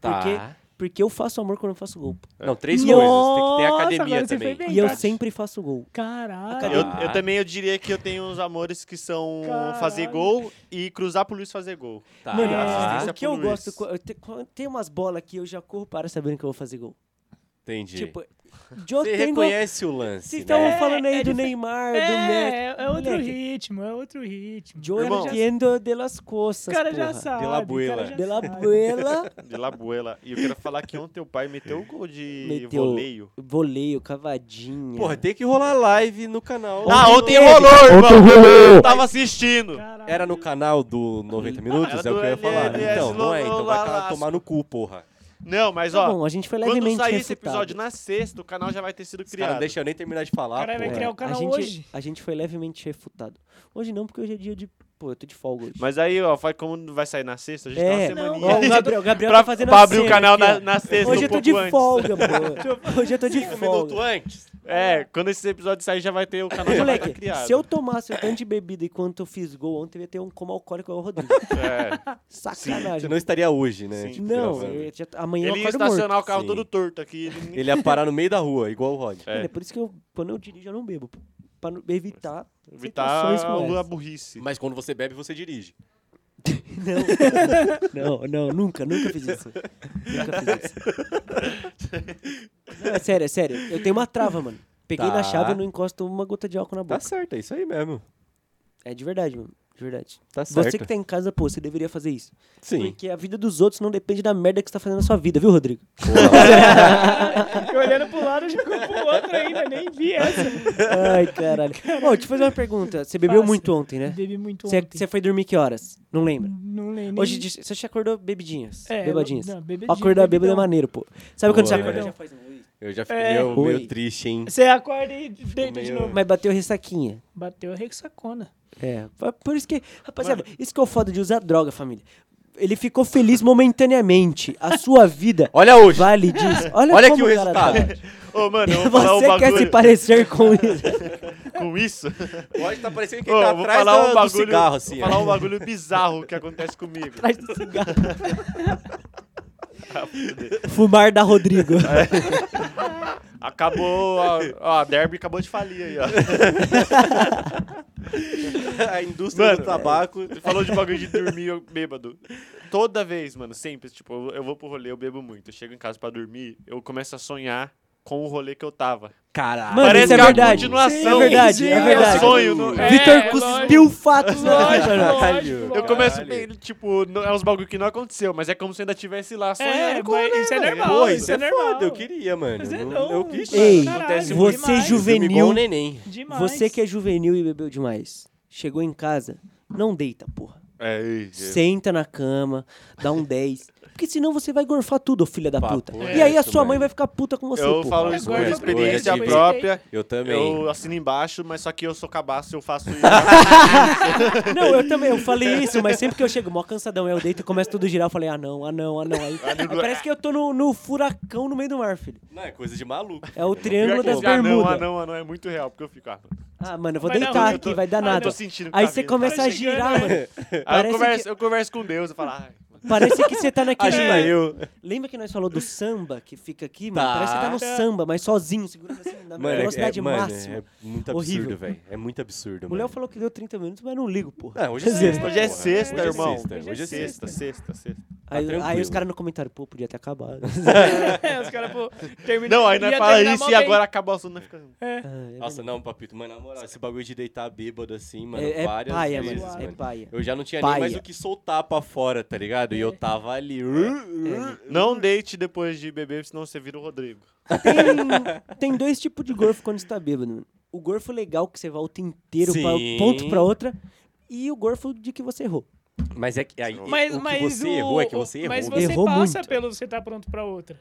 Speaker 3: Tá.
Speaker 1: Porque, porque eu faço amor quando eu faço gol. pô.
Speaker 3: Não, três
Speaker 2: Nossa,
Speaker 3: coisas. Tem que ter
Speaker 2: agora
Speaker 3: academia
Speaker 2: você foi
Speaker 3: também.
Speaker 2: bem.
Speaker 1: E eu
Speaker 2: Verdade.
Speaker 1: sempre faço gol.
Speaker 2: Caralho.
Speaker 1: Cadê?
Speaker 4: Eu,
Speaker 3: Ah.
Speaker 4: eu também eu diria que eu tenho uns amores que são
Speaker 2: Caralho.
Speaker 4: fazer gol e cruzar pro Luiz fazer gol.
Speaker 3: Tá.
Speaker 1: Mano,
Speaker 4: assistência
Speaker 1: o que eu
Speaker 4: pro Luiz.
Speaker 1: gosto. co- eu te- co- Tem umas bolas que eu já corro para sabendo que eu vou fazer gol.
Speaker 3: Entendi.
Speaker 4: <laughs>
Speaker 1: Tipo, eu
Speaker 3: você
Speaker 1: tenho.
Speaker 3: reconhece o lance,
Speaker 1: Vocês
Speaker 3: né?
Speaker 1: estavam falando aí
Speaker 2: É, é
Speaker 1: do
Speaker 2: difer-
Speaker 1: Neymar, do Messi.
Speaker 2: É, é outro
Speaker 1: Moleque.
Speaker 2: ritmo, é outro ritmo.
Speaker 1: Yo
Speaker 4: Irmão.
Speaker 1: entiendo de las cosas.
Speaker 2: O cara já
Speaker 1: porra.
Speaker 2: sabe.
Speaker 3: De la
Speaker 2: o cara
Speaker 3: Buela.
Speaker 2: já
Speaker 1: De la
Speaker 2: sabe.
Speaker 1: buela,
Speaker 4: De Labuela. E eu quero falar que ontem o pai meteu o gol de
Speaker 1: Meteu.
Speaker 4: voleio.
Speaker 1: voleio, cavadinha.
Speaker 3: Porra, tem que rolar live no canal.
Speaker 4: Ah,
Speaker 1: ontem
Speaker 4: ontem
Speaker 1: teve,
Speaker 4: rolou,
Speaker 1: ontem
Speaker 4: irmão.
Speaker 1: rolou.
Speaker 4: Eu tava assistindo.
Speaker 2: Caralho. <laughs>
Speaker 3: Era no canal do 90 Minutos?
Speaker 4: Era
Speaker 3: É o que eu ia
Speaker 4: do
Speaker 3: falar.
Speaker 4: LLS,
Speaker 3: Então, não é. Então vai
Speaker 4: Lolo
Speaker 3: ca- tomar no cu, porra.
Speaker 4: Não, mas
Speaker 1: Tá
Speaker 4: ó,
Speaker 1: bom, a gente foi
Speaker 4: quando
Speaker 1: levemente
Speaker 4: sair esse
Speaker 1: refutado.
Speaker 4: episódio na sexta, o canal já vai ter sido
Speaker 3: Os caras não
Speaker 4: criado.
Speaker 3: deixam eu nem terminar de falar,
Speaker 2: Caralho, vai
Speaker 3: porra.
Speaker 2: criar o
Speaker 1: É, a
Speaker 2: canal
Speaker 1: gente,
Speaker 2: hoje.
Speaker 1: A gente foi levemente refutado. Hoje não, porque hoje é dia de... Pô, eu tô de folga hoje.
Speaker 4: Mas aí, ó, vai- como vai sair na sexta, a gente
Speaker 1: é,
Speaker 4: tá uma
Speaker 2: não,
Speaker 1: ó, o
Speaker 4: <laughs> semaninha.
Speaker 1: Gabriel, o Gabriel
Speaker 4: pra,
Speaker 1: tá fazendo
Speaker 4: pra
Speaker 1: a
Speaker 4: abrir o
Speaker 1: cena
Speaker 4: canal
Speaker 1: aqui,
Speaker 4: na,
Speaker 1: ó.
Speaker 4: na sexta,
Speaker 1: Hoje
Speaker 4: um
Speaker 1: eu tô
Speaker 4: pouco
Speaker 1: de
Speaker 4: antes.
Speaker 1: folga, pô. Hoje eu
Speaker 4: <laughs>
Speaker 1: tô de
Speaker 3: Um minuto
Speaker 1: folga.
Speaker 3: antes.
Speaker 4: É, quando esse episódio sair, já vai ter o canal já vai tá
Speaker 1: Moleque,
Speaker 4: criado.
Speaker 1: se eu tomasse o tanto de bebida enquanto eu fiz gol ontem, eu ia ter um coma alcoólico ao Rodrigo. <laughs>
Speaker 4: É.
Speaker 3: Você
Speaker 1: Sacanagem.
Speaker 3: não estaria hoje, né?
Speaker 4: Sim.
Speaker 3: tipo,
Speaker 1: Não,
Speaker 3: gravando.
Speaker 1: eu ia- já- amanhã
Speaker 4: Ele
Speaker 1: eu
Speaker 4: ia
Speaker 1: acordo
Speaker 4: estacionar
Speaker 1: morto.
Speaker 4: o carro
Speaker 3: Sim.
Speaker 4: todo torto aqui. ele-
Speaker 3: Ele ia parar no meio da rua, igual o Rod.
Speaker 1: Mano,
Speaker 4: É.
Speaker 1: é por isso que eu, quando eu dirijo, eu não bebo. pô. Pra não- evitar,
Speaker 4: Evitar
Speaker 1: situações como
Speaker 4: a
Speaker 1: essa.
Speaker 4: tá burrice.
Speaker 3: Mas quando você bebe, você dirige.
Speaker 1: Não, não, nunca, nunca fiz isso. nunca fiz isso. Não, é sério, é sério. Eu tenho uma trava, mano. Peguei
Speaker 3: Tá.
Speaker 1: na chave e não encosto uma gota de álcool na
Speaker 3: Tá
Speaker 1: boca.
Speaker 3: certo, é isso aí mesmo.
Speaker 1: É de verdade, mano. De verdade.
Speaker 3: Tá certo.
Speaker 1: Você que tá em casa, pô, você deveria fazer isso.
Speaker 3: Sim.
Speaker 1: Porque a vida dos outros não depende da merda que você tá fazendo na sua vida, viu, Rodrigo?
Speaker 2: Eu olhando pro lado, já ficou pro outro ainda, nem vi essa.
Speaker 1: Ai, caralho. Ô, deixa eu fazer uma pergunta. Você bebeu
Speaker 2: Faça.
Speaker 1: muito ontem, né?
Speaker 2: Bebi muito
Speaker 1: Você-
Speaker 2: ontem.
Speaker 1: Você foi dormir que horas? Não lembra.
Speaker 2: Não lembro.
Speaker 1: Hoje de- você já acordou bebidinhas.
Speaker 2: É,
Speaker 1: bebadinhas.
Speaker 2: eu- não, bebedinha,
Speaker 1: Acordar bêbado é
Speaker 2: bebidão.
Speaker 1: maneiro, pô. Sabe quando você
Speaker 3: Boa,
Speaker 1: acorda?
Speaker 3: né?
Speaker 1: já faz um ui.
Speaker 3: Eu já fiquei
Speaker 2: É.
Speaker 3: meio,
Speaker 1: Oi.
Speaker 3: meio triste, hein?
Speaker 2: Você acorda e deita de
Speaker 3: meio-
Speaker 2: novo.
Speaker 1: Mas bateu ressaquinha.
Speaker 2: Bateu a rexacona.
Speaker 1: É. fa- Por isso que. Rapaziada, isso que é o foda de usar droga, família. Ele ficou feliz momentaneamente. A sua vida
Speaker 3: Olha hoje.
Speaker 1: vale disso. Olha,
Speaker 3: Olha aqui
Speaker 1: como
Speaker 3: o
Speaker 1: cara
Speaker 3: resultado.
Speaker 1: <laughs> tá.
Speaker 4: Ô, mano, eu vou falar um
Speaker 1: Você quer se
Speaker 4: bagulho
Speaker 1: parecer com isso?
Speaker 4: com isso.
Speaker 3: Hoje tá parecendo que
Speaker 4: Ô,
Speaker 3: ele tá
Speaker 4: vou
Speaker 3: atrás
Speaker 4: falar
Speaker 3: da-
Speaker 4: um
Speaker 3: do
Speaker 4: bagulho,
Speaker 3: cigarro, assim.
Speaker 4: vou
Speaker 3: ó.
Speaker 4: falar um bagulho bizarro que acontece comigo.
Speaker 1: <laughs> Atrás do cigarro. Fumar da Rodrigo.
Speaker 4: Acabou, ó, ó, a Derby acabou de falir
Speaker 1: <laughs>
Speaker 4: aí, ó.
Speaker 3: a indústria
Speaker 4: Mano,
Speaker 3: do tabaco.
Speaker 4: Você falou de bagulho de dormir eu bêbado. Toda vez, mano, sempre. Tipo, eu- eu vou pro rolê, eu bebo muito. Eu chego em casa pra dormir, eu começo a sonhar com o rolê que eu tava.
Speaker 3: Caralho.
Speaker 1: Mano,
Speaker 4: Parece
Speaker 1: isso é
Speaker 4: que é a
Speaker 1: verdade.
Speaker 4: continuação.
Speaker 1: Sim, é verdade,
Speaker 2: Sim,
Speaker 1: é
Speaker 2: é
Speaker 1: verdade.
Speaker 4: É sonho. no-
Speaker 1: <laughs>
Speaker 3: É,
Speaker 1: Vitor
Speaker 2: é
Speaker 1: cuspiu fatos na
Speaker 2: Lógico,
Speaker 1: vida.
Speaker 2: lógico,
Speaker 3: Eu
Speaker 2: lógico.
Speaker 4: Eu começo
Speaker 3: Caralho.
Speaker 4: meio, tipo, não- é uns bagulho que não aconteceu, mas é como se ainda estivesse lá sonhando
Speaker 2: É,
Speaker 4: com o
Speaker 2: mas
Speaker 4: rolê,
Speaker 2: isso é
Speaker 4: velho.
Speaker 2: normal,
Speaker 3: Pô,
Speaker 2: isso
Speaker 3: isso
Speaker 2: é
Speaker 3: é
Speaker 2: normal.
Speaker 3: foda, eu queria, mano.
Speaker 2: Mas é
Speaker 3: Não-
Speaker 2: não,
Speaker 3: eu quis.
Speaker 2: mano.
Speaker 1: Ei,
Speaker 2: Caralho,
Speaker 1: você
Speaker 2: demais.
Speaker 1: juve-
Speaker 3: Dormi
Speaker 1: Juvenil.
Speaker 3: igual um neném.
Speaker 2: Demais.
Speaker 1: Você que é juvenil e bebeu demais. Chegou em casa, não deita, porra.
Speaker 4: É, isso.
Speaker 1: Senta na cama, dá
Speaker 3: <laughs>
Speaker 1: um 10. Porque senão você vai gorfar tudo, ô filha da
Speaker 3: Papo
Speaker 1: puta.
Speaker 3: reto,
Speaker 1: E aí a sua mãe
Speaker 3: mano.
Speaker 1: vai ficar puta com você,
Speaker 4: Eu
Speaker 1: porra.
Speaker 4: falo
Speaker 2: Agora
Speaker 4: isso por
Speaker 3: eu
Speaker 4: experiência
Speaker 3: aprendi.
Speaker 4: própria.
Speaker 3: Eu também.
Speaker 4: Eu assino embaixo, mas só que eu sou cabaço, eu faço isso.
Speaker 1: Não, eu também, eu falei isso, mas sempre que eu chego mó cansadão, aí eu deito e começo tudo a girar, eu falei, ah não, ah não, ah não. Aí, aí parece que eu tô no, no furacão no meio do mar, filho.
Speaker 3: Não, é coisa de maluco.
Speaker 1: É o
Speaker 3: filho.
Speaker 1: triângulo
Speaker 4: Pior
Speaker 1: das
Speaker 4: que esse anão,
Speaker 1: bermudas.
Speaker 4: anão, anão é muito real, porque eu fico, ah, mano,
Speaker 1: Ah, mano, eu vou
Speaker 2: Vai dar
Speaker 1: deitar
Speaker 2: ruim, eu
Speaker 1: aqui,
Speaker 2: tô-
Speaker 1: vai dar
Speaker 2: ah,
Speaker 4: eu tô
Speaker 1: nada.
Speaker 4: sentindo que
Speaker 1: Aí
Speaker 4: tá
Speaker 1: você
Speaker 4: vindo.
Speaker 1: começa
Speaker 2: Tá
Speaker 1: a
Speaker 2: chegando,
Speaker 1: girar,
Speaker 2: né?
Speaker 1: mano.
Speaker 4: Aí
Speaker 1: Parece
Speaker 4: eu
Speaker 1: que-
Speaker 4: converso, eu converso com Deus, eu falo, ai, mano,
Speaker 1: Parece que você tá
Speaker 2: <laughs>
Speaker 1: naquele...
Speaker 3: Ajuda eu.
Speaker 1: Lembra que nós falou do samba que fica aqui, mano?
Speaker 3: Tá.
Speaker 1: Parece que tá no samba, mas sozinho, segurando assim, na
Speaker 3: Mano, é-
Speaker 1: velocidade
Speaker 3: é, mano,
Speaker 1: máxima.
Speaker 3: é muito
Speaker 1: Horrível.
Speaker 3: absurdo, velho. É muito absurdo,
Speaker 1: O Léo
Speaker 3: mano.
Speaker 1: falou que deu 30 minutos, mas eu não ligo, porra.
Speaker 3: Não, hoje é sexta.
Speaker 4: hoje é
Speaker 3: porra.
Speaker 4: sexta,
Speaker 3: Hoje é
Speaker 4: irmão.
Speaker 3: sexta, Hoje é sexta.
Speaker 4: sexta, sexta, sexta.
Speaker 1: aí,
Speaker 3: tranquilo.
Speaker 1: aí os caras no comentário, pô, podia ter
Speaker 3: <laughs>
Speaker 1: acabado.
Speaker 2: <laughs> É, os caras, pô, terminam.
Speaker 4: Não, aí nós
Speaker 2: ia
Speaker 4: fala
Speaker 2: terminar
Speaker 4: isso
Speaker 2: mó
Speaker 4: e
Speaker 2: bem.
Speaker 4: agora acaba o assunto, nós ficamos...
Speaker 2: É.
Speaker 1: Ah, é
Speaker 3: Nossa, não, papito, mano, na moral, esse bagulho de deitar bêbado assim, mano,
Speaker 1: É, é
Speaker 3: várias
Speaker 1: paia,
Speaker 3: vezes,
Speaker 1: mano. É paia.
Speaker 3: Eu já não tinha
Speaker 1: Paia. É.
Speaker 3: nem mais o que soltar pra fora, tá ligado? E eu tava ali. uh, uh.
Speaker 4: Não deite depois de beber, senão você vira o Rodrigo.
Speaker 1: Tem, tem dois tipos de gorfo quando você tá bêbado. mano. O gorfo legal, que você volta inteiro pra um
Speaker 3: Sim.
Speaker 1: ponto pra outra, e o gorfo de que você errou.
Speaker 3: Mas é que aí,
Speaker 2: Mas,
Speaker 3: o que
Speaker 2: mas
Speaker 3: você
Speaker 2: o,
Speaker 3: errou é que você errou.
Speaker 2: Mas
Speaker 3: né?
Speaker 2: você
Speaker 1: Errou
Speaker 2: passa
Speaker 1: muito.
Speaker 2: pelo você tá pronto pra outra.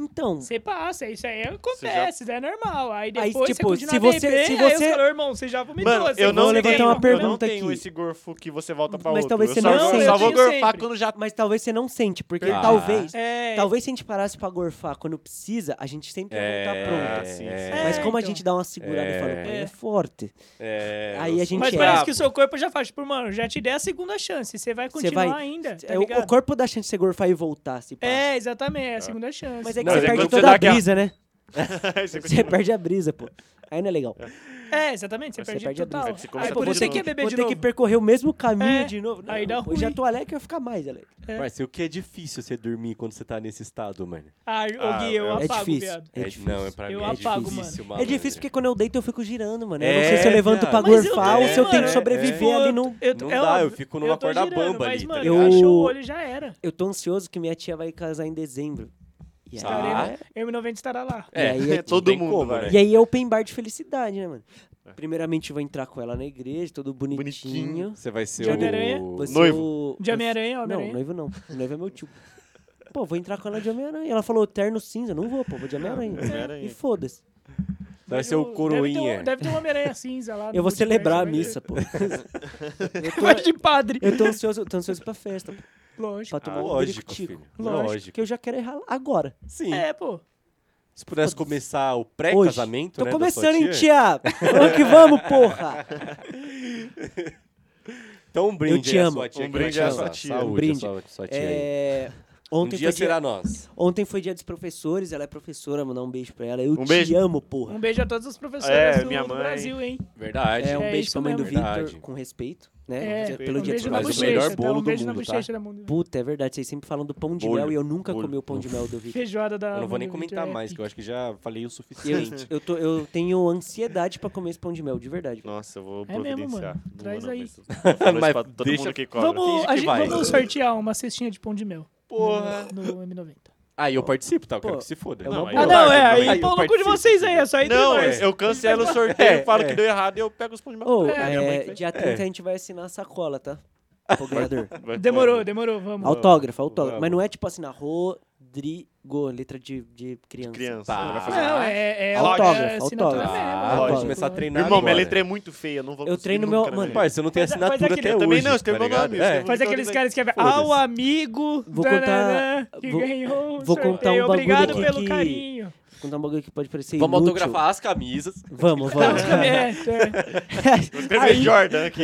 Speaker 1: Então,
Speaker 2: Você passa, isso aí acontece, é normal. Aí depois
Speaker 1: tipo,
Speaker 2: você continua
Speaker 1: se você-
Speaker 2: a beber,
Speaker 1: se
Speaker 2: aí os
Speaker 1: você-
Speaker 2: caras, irmão, você já vomitou.
Speaker 4: Mano,
Speaker 2: você
Speaker 4: eu não
Speaker 1: vou levantar
Speaker 4: tenho-
Speaker 1: uma
Speaker 4: Eu não
Speaker 1: pergunta
Speaker 4: tenho
Speaker 1: aqui.
Speaker 4: esse gorfo que você volta pra
Speaker 1: Mas
Speaker 4: outro.
Speaker 1: talvez
Speaker 4: Eu
Speaker 1: você
Speaker 4: só,
Speaker 1: não
Speaker 4: eu
Speaker 1: sente.
Speaker 4: só vou
Speaker 2: Eu tenho
Speaker 4: gorfar
Speaker 2: sempre.
Speaker 4: quando já...
Speaker 1: mas talvez você não sente, porque
Speaker 3: Ah.
Speaker 1: talvez...
Speaker 2: É,
Speaker 1: Talvez se a gente parasse pra gorfar quando precisa, a gente sempre ia voltar
Speaker 3: É,
Speaker 1: pronto.
Speaker 4: sim,
Speaker 3: é,
Speaker 4: <laughs>
Speaker 1: Mas como a
Speaker 2: então.
Speaker 1: gente dá uma segurada e fala,
Speaker 3: É.
Speaker 1: "Pô, ele é forte,
Speaker 3: é,
Speaker 1: Aí
Speaker 3: eu
Speaker 1: a
Speaker 3: sou
Speaker 1: gente
Speaker 2: Mas
Speaker 1: é.
Speaker 2: parece
Speaker 3: brabo.
Speaker 2: que o seu corpo já faz, tipo, mano, já te dei a segunda chance, você vai
Speaker 1: Você
Speaker 2: continuar
Speaker 1: vai-
Speaker 2: ainda, tá
Speaker 1: É, o-
Speaker 2: ligado?
Speaker 1: o corpo dá chance de você gorfar e voltar, se pá.
Speaker 2: É, exatamente, é a segunda chance.
Speaker 1: Mas é que
Speaker 3: Não,
Speaker 1: você
Speaker 3: mas é
Speaker 1: perde
Speaker 4: quando você
Speaker 1: toda
Speaker 4: dá
Speaker 1: a
Speaker 4: aquela-
Speaker 1: brisa, né?
Speaker 4: Você
Speaker 1: Você <laughs>
Speaker 4: continua.
Speaker 1: perde a brisa, pô. Aí não é legal.
Speaker 2: É, exatamente, você,
Speaker 1: Você
Speaker 2: perde,
Speaker 1: perde a
Speaker 2: total.
Speaker 1: brisa.
Speaker 4: Aí É você começa
Speaker 2: Aí
Speaker 4: a
Speaker 2: por
Speaker 4: fazer
Speaker 2: isso você
Speaker 4: de
Speaker 2: quer
Speaker 4: novo.
Speaker 2: beber
Speaker 1: Vou
Speaker 2: de
Speaker 1: ter que
Speaker 2: novo.
Speaker 1: percorrer o mesmo caminho
Speaker 2: É,
Speaker 1: de novo. Não,
Speaker 2: aí dá
Speaker 1: Hoje
Speaker 2: ruim.
Speaker 1: a toalha que eu ia ficar mais, Alex.
Speaker 3: Parceiro, o que é difícil você dormir quando você tá nesse estado, mano?
Speaker 2: Ah, ô
Speaker 4: Ah,
Speaker 2: Gui, eu
Speaker 4: é
Speaker 2: apago,
Speaker 1: difícil.
Speaker 2: viado.
Speaker 1: É difícil.
Speaker 3: Não, é pra
Speaker 2: Eu
Speaker 3: mim é
Speaker 2: apago,
Speaker 3: difícil,
Speaker 1: É
Speaker 3: malandro.
Speaker 1: difícil porque quando eu deito eu fico girando, mano. eu
Speaker 3: É,
Speaker 1: não sei se eu levanto pra
Speaker 3: cara. Mas
Speaker 2: eu é,
Speaker 1: gorfar ou
Speaker 2: também,
Speaker 1: se eu tenho que
Speaker 2: mano,
Speaker 1: sobreviver
Speaker 2: eu
Speaker 1: ali
Speaker 2: tô-
Speaker 1: no.
Speaker 2: eu tô-
Speaker 3: Não
Speaker 2: é
Speaker 3: dá, eu
Speaker 2: óbvio,
Speaker 3: fico numa
Speaker 2: tô
Speaker 3: corda
Speaker 2: girando,
Speaker 3: bamba
Speaker 2: mas,
Speaker 3: ali, tá
Speaker 2: mano,
Speaker 1: ligado?
Speaker 2: eu... fechou
Speaker 1: Eu-
Speaker 2: o olho e já era.
Speaker 1: Eu tô ansioso que minha tia vai casar em dezembro. E aí,
Speaker 2: Tá.
Speaker 3: Ah.
Speaker 2: M90 estará lá.
Speaker 1: e aí é
Speaker 4: todo
Speaker 3: Não tem
Speaker 4: mundo,
Speaker 3: como,
Speaker 4: vai.
Speaker 3: né?
Speaker 1: E aí é open bar de felicidade, né, mano?
Speaker 2: É.
Speaker 1: Primeiramente, eu vou entrar com ela na igreja, todo bonitinho.
Speaker 4: Bonitinho.
Speaker 3: Você vai ser
Speaker 2: De Homem-Aranha?
Speaker 3: o...
Speaker 1: Você é
Speaker 4: Noivo.
Speaker 1: o-
Speaker 2: De Homem-Aranha,
Speaker 1: Não,
Speaker 2: Homem-Aranha.
Speaker 1: noivo não. Noivo é meu tio. Pô, vou entrar com ela de Homem-Aranha. Ela falou terno cinza. Não vou, pô, vou de Homem-Aranha.
Speaker 4: Homem-Aranha.
Speaker 1: E foda-se.
Speaker 3: Vai
Speaker 2: Mas
Speaker 3: ser o
Speaker 2: deve ter um-
Speaker 3: coroinha.
Speaker 2: Deve ter uma Homem-Aranha cinza lá. Tá no
Speaker 1: Eu vou
Speaker 2: multiverso,
Speaker 1: celebrar a
Speaker 2: vai ter-
Speaker 1: missa,
Speaker 3: <laughs>
Speaker 1: pô.
Speaker 2: Vai de padre.
Speaker 1: Eu tô ansioso, tô ansioso pra festa, pô,
Speaker 2: Lógico.
Speaker 1: pra tomar um
Speaker 3: Ah, lógico,
Speaker 1: biricutico.
Speaker 3: filho.
Speaker 1: Lógico,
Speaker 3: Lógico.
Speaker 1: Que eu já quero errar agora.
Speaker 3: Sim.
Speaker 2: É, pô.
Speaker 3: Se pudesse começar o
Speaker 1: Hoje.
Speaker 3: pré-casamento,
Speaker 1: Tô
Speaker 3: né, da sua
Speaker 1: começando, hein,
Speaker 3: tia,
Speaker 1: tia? Vamos que vamos, porra!
Speaker 3: Então um brinde
Speaker 1: Eu te
Speaker 3: aí à
Speaker 1: amo.
Speaker 3: sua tia.
Speaker 4: Um
Speaker 3: que
Speaker 4: brinde
Speaker 3: vai
Speaker 1: à
Speaker 3: te
Speaker 1: sua
Speaker 3: dar
Speaker 4: tia.
Speaker 3: Saúde
Speaker 1: Um brinde.
Speaker 3: à sua, sua <laughs> tia aí.
Speaker 1: É,
Speaker 3: Um
Speaker 1: Ontem
Speaker 3: dia
Speaker 1: foi dia...
Speaker 3: será nós.
Speaker 1: Ontem foi dia dos professores, ela é professora, mandar um beijo pra ela. Eu
Speaker 4: Um
Speaker 1: te
Speaker 4: beijo.
Speaker 1: amo, porra.
Speaker 2: Um beijo a todas as professoras
Speaker 4: É,
Speaker 2: do,
Speaker 4: minha
Speaker 2: do
Speaker 4: mãe.
Speaker 2: Brasil, hein?
Speaker 3: Verdade.
Speaker 1: É, um
Speaker 2: É
Speaker 1: beijo
Speaker 2: isso
Speaker 1: pra mãe do
Speaker 2: mesmo.
Speaker 1: Victor,
Speaker 3: Verdade.
Speaker 1: com respeito, né?
Speaker 2: É,
Speaker 1: Pelo
Speaker 2: um
Speaker 1: dia dos
Speaker 2: beijo na
Speaker 3: Mas o
Speaker 1: professores.
Speaker 2: bochecha.
Speaker 3: melhor
Speaker 2: dá
Speaker 3: bolo
Speaker 2: um
Speaker 3: do
Speaker 2: beijo na
Speaker 3: mundo, tá?
Speaker 2: bochecha da mundo.
Speaker 1: Puta, é verdade. Vocês sempre falam do pão de
Speaker 3: Bolho,
Speaker 1: mel e eu nunca
Speaker 3: bolho.
Speaker 1: comi o pão de mel do Victor.
Speaker 2: Feijoada da
Speaker 3: Eu não vou nem
Speaker 2: do Vitor
Speaker 3: comentar
Speaker 2: é
Speaker 3: mais, que
Speaker 2: pica.
Speaker 3: eu acho que já falei o
Speaker 1: Eu,
Speaker 3: suficiente.
Speaker 1: eu, tô- eu tenho ansiedade pra comer esse pão de mel, de verdade.
Speaker 4: Nossa, eu vou
Speaker 1: É
Speaker 2: mesmo,
Speaker 4: providenciar.
Speaker 2: mano. Traz aí.
Speaker 4: Mas
Speaker 3: Mas
Speaker 4: pra todo
Speaker 3: deixa-
Speaker 4: mundo que cobra.
Speaker 2: Vamos,
Speaker 3: Finge
Speaker 2: a
Speaker 3: que
Speaker 2: gente,
Speaker 3: vai.
Speaker 2: vamos sortear uma cestinha de pão de mel.
Speaker 3: Porra.
Speaker 2: No, no M90.
Speaker 3: Aí eu participo, tá? Eu quero
Speaker 1: Pô,
Speaker 3: que se foda.
Speaker 1: é uma boa.
Speaker 3: aí
Speaker 2: Ah,
Speaker 3: eu
Speaker 2: não,
Speaker 3: largo,
Speaker 2: é.
Speaker 3: também.
Speaker 2: Aí,
Speaker 3: eu
Speaker 2: pau no cu de
Speaker 3: participo.
Speaker 2: vocês aí, é só entre
Speaker 4: Não,
Speaker 2: nós.
Speaker 4: eu cancelo o sorteio,
Speaker 3: É,
Speaker 4: falo
Speaker 3: é.
Speaker 4: que deu errado e eu pego os pão de mel.
Speaker 1: Ô,
Speaker 2: É,
Speaker 1: é,
Speaker 4: minha mãe fez.
Speaker 1: dia 30 a gente vai assinar a sacola, tá? Pro ganhador.
Speaker 4: Vai
Speaker 2: Demorou,
Speaker 4: tomar.
Speaker 2: demorou, vamos.
Speaker 1: autógrafo, autógrafo.
Speaker 3: Vamos.
Speaker 1: Mas não é tipo assinar Rodrigo, letra de, de criança.
Speaker 4: Criança.
Speaker 3: Tá.
Speaker 4: não vai fazer
Speaker 2: Não,
Speaker 4: nada.
Speaker 2: é, é
Speaker 1: Autógrafo,
Speaker 2: é assinatura
Speaker 1: autógrafo.
Speaker 2: mesmo,
Speaker 3: Ah,
Speaker 1: Lógico.
Speaker 3: pode
Speaker 2: autógrafo.
Speaker 3: começar a treinar
Speaker 4: Irmão, minha
Speaker 3: agora.
Speaker 4: letra é muito feia, não vou
Speaker 1: Eu
Speaker 4: conseguir
Speaker 1: treino
Speaker 4: nunca
Speaker 1: meu-
Speaker 4: na minha
Speaker 1: mano,
Speaker 4: vida.
Speaker 3: Parça, eu não tenho
Speaker 2: Faz a-
Speaker 3: assinatura
Speaker 2: faz aquele-
Speaker 3: até
Speaker 4: Eu
Speaker 3: hoje.
Speaker 4: também não,
Speaker 3: tá
Speaker 4: escreveu meu
Speaker 3: ligado?
Speaker 4: nome.
Speaker 3: É.
Speaker 2: Faz
Speaker 4: né?
Speaker 2: aqueles caras que escrevem ao
Speaker 3: Foda-se.
Speaker 2: amigo
Speaker 1: Vou
Speaker 2: tananã,
Speaker 1: contar-
Speaker 2: que
Speaker 1: vou-
Speaker 2: ganhou o
Speaker 1: vou contar um
Speaker 2: sorteio.
Speaker 1: bagulho
Speaker 2: Obrigado
Speaker 1: aqui
Speaker 2: pelo
Speaker 1: que-
Speaker 2: carinho.
Speaker 1: Vou contar um bagulho que pode parecer
Speaker 3: Vamos
Speaker 1: inútil.
Speaker 3: autografar as camisas.
Speaker 1: Vamos,
Speaker 3: <laughs>
Speaker 2: Não,
Speaker 1: vamos.
Speaker 2: é, é.
Speaker 4: Vou escrever Jordan aqui.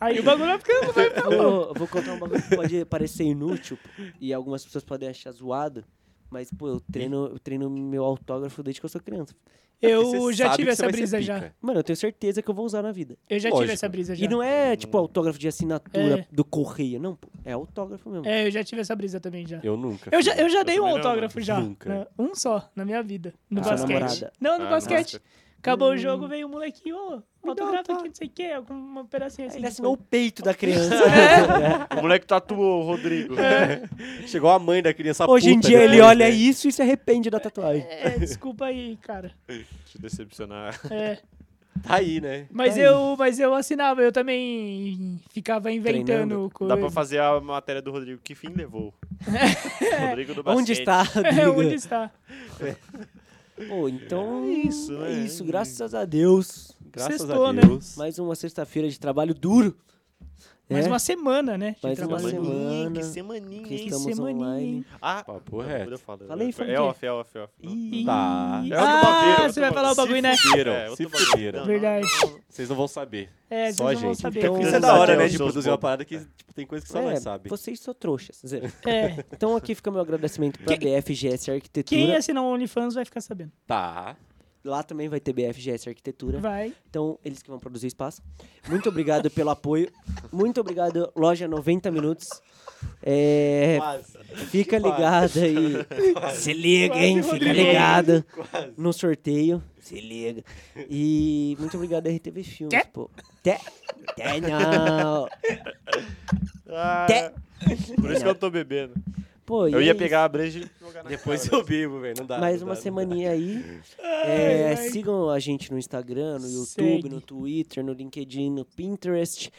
Speaker 2: Aí o bagulho vai ficando. vai ficando-
Speaker 1: Eu vou contar um bagulho que pode parecer inútil pô, e algumas pessoas podem achar zoado. Mas, pô, eu treino, eu treino meu autógrafo desde que eu sou criança.
Speaker 2: Eu já tive essa brisa já.
Speaker 1: Mano, eu tenho certeza que eu vou usar na vida.
Speaker 2: Eu já tive
Speaker 3: Lógico.
Speaker 2: essa brisa já.
Speaker 1: E não é, tipo, autógrafo de assinatura
Speaker 2: É.
Speaker 1: do correio. Não, pô. É autógrafo mesmo.
Speaker 2: É, eu já tive essa brisa também já.
Speaker 3: Eu nunca.
Speaker 2: Eu já,
Speaker 3: fiz.
Speaker 2: eu já dei um
Speaker 4: também não,
Speaker 2: autógrafo já.
Speaker 3: Nunca.
Speaker 2: né? Um só, na minha vida. No
Speaker 1: Ah,
Speaker 2: basquete.
Speaker 1: namorada.
Speaker 2: Não, no
Speaker 4: Ah,
Speaker 2: basquete.
Speaker 4: nossa.
Speaker 2: Acabou o jogo, veio o molequinho, ô, autógrafo
Speaker 1: autógrafo.
Speaker 2: aqui, não sei o quê, com um pedacinho assim.
Speaker 1: Ele
Speaker 2: de
Speaker 1: assinou o
Speaker 2: folha.
Speaker 1: peito
Speaker 2: <laughs>
Speaker 1: da criança.
Speaker 2: É.
Speaker 4: O moleque tatuou o Rodrigo.
Speaker 3: Chegou a mãe da criança
Speaker 1: Hoje em
Speaker 3: puta
Speaker 1: dia ele
Speaker 3: depois,
Speaker 1: olha
Speaker 3: né?
Speaker 1: isso e se arrepende da tatuagem.
Speaker 2: É, desculpa aí, cara.
Speaker 4: Te decepcionar.
Speaker 2: É.
Speaker 3: Tá aí, né?
Speaker 2: Mas,
Speaker 1: Tá aí.
Speaker 2: eu, mas eu assinava, eu também ficava inventando
Speaker 1: Treinando.
Speaker 2: coisa.
Speaker 4: Dá pra fazer a matéria do Rodrigo. Que fim levou? Rodrigo do basquete.
Speaker 1: Onde está,
Speaker 2: <laughs> É, onde
Speaker 1: Rodrigo?
Speaker 2: está?
Speaker 1: Pô, então
Speaker 4: É isso,
Speaker 1: é
Speaker 4: né?
Speaker 1: isso, graças a Deus.
Speaker 3: Graças
Speaker 2: Sextou,
Speaker 3: a
Speaker 2: né?
Speaker 3: Deus.
Speaker 1: Mais uma sexta-feira de trabalho duro.
Speaker 2: Mais
Speaker 1: É?
Speaker 2: uma semana, né? de
Speaker 1: Mais uma
Speaker 2: trabalho.
Speaker 1: semana. semana.
Speaker 4: Que semaninha,
Speaker 1: Que
Speaker 4: hein?
Speaker 1: estamos
Speaker 2: semaninha,
Speaker 1: online.
Speaker 2: hein?
Speaker 4: Ah,
Speaker 3: Papo
Speaker 4: não,
Speaker 3: reto.
Speaker 4: depois eu falo.
Speaker 1: Fala aí, fala o
Speaker 4: é
Speaker 1: quê?
Speaker 4: off, é off, é off. Não.
Speaker 2: Ih,
Speaker 3: Tá.
Speaker 4: É outro
Speaker 2: Ah,
Speaker 4: bagulho,
Speaker 2: você vai
Speaker 4: outro
Speaker 2: falar o bagulho, né?
Speaker 3: Se fuderam,
Speaker 4: É, outro
Speaker 3: se
Speaker 4: bagulho.
Speaker 3: fuderam.
Speaker 2: Verdade.
Speaker 3: Vocês não vão saber.
Speaker 2: É,
Speaker 3: Só
Speaker 2: vocês não vão
Speaker 3: gente.
Speaker 2: saber.
Speaker 1: Então,
Speaker 2: eu
Speaker 3: Isso
Speaker 2: fiz
Speaker 3: é
Speaker 1: Graças
Speaker 3: da
Speaker 1: a
Speaker 3: hora, né?
Speaker 4: Deus,
Speaker 3: De
Speaker 4: seus
Speaker 3: produzir uma
Speaker 4: bobos.
Speaker 3: parada que tipo, tem coisa que só
Speaker 1: É,
Speaker 3: nós sabe.
Speaker 1: Vocês são trouxas. Zé.
Speaker 2: É,
Speaker 1: Então aqui fica meu agradecimento pra BFGS Arquitetura.
Speaker 2: Quem é assinar o OnlyFans vai ficar sabendo.
Speaker 3: Tá.
Speaker 1: Lá também vai ter BFGS Arquitetura.
Speaker 2: Vai.
Speaker 1: Então, eles que vão produzir espaço. Muito obrigado pelo apoio. Muito obrigado, Loja 90 Minutos. É, fica
Speaker 3: Quase.
Speaker 1: ligado aí. Se liga,
Speaker 2: <laughs> Quase,
Speaker 1: hein? Fica
Speaker 2: Rodrigo.
Speaker 1: ligado no sorteio. Se liga. E muito obrigado, RTV Filmes,
Speaker 2: Quê?
Speaker 1: pô. Té, té não.
Speaker 4: Ah,
Speaker 1: Té.
Speaker 4: Por isso que eu tô bebendo.
Speaker 1: Pô, e
Speaker 4: Eu ia
Speaker 1: é
Speaker 4: pegar a breja e jogar na
Speaker 3: Depois
Speaker 4: cara.
Speaker 3: eu bebo, velho. Não dá.
Speaker 1: Mais
Speaker 3: não
Speaker 1: uma
Speaker 3: dá, não
Speaker 1: semaninha aí. É,
Speaker 2: Ai, ai.
Speaker 1: sigam a gente no Instagram, no YouTube,
Speaker 2: Segue.
Speaker 1: no Twitter, no LinkedIn, no Pinterest.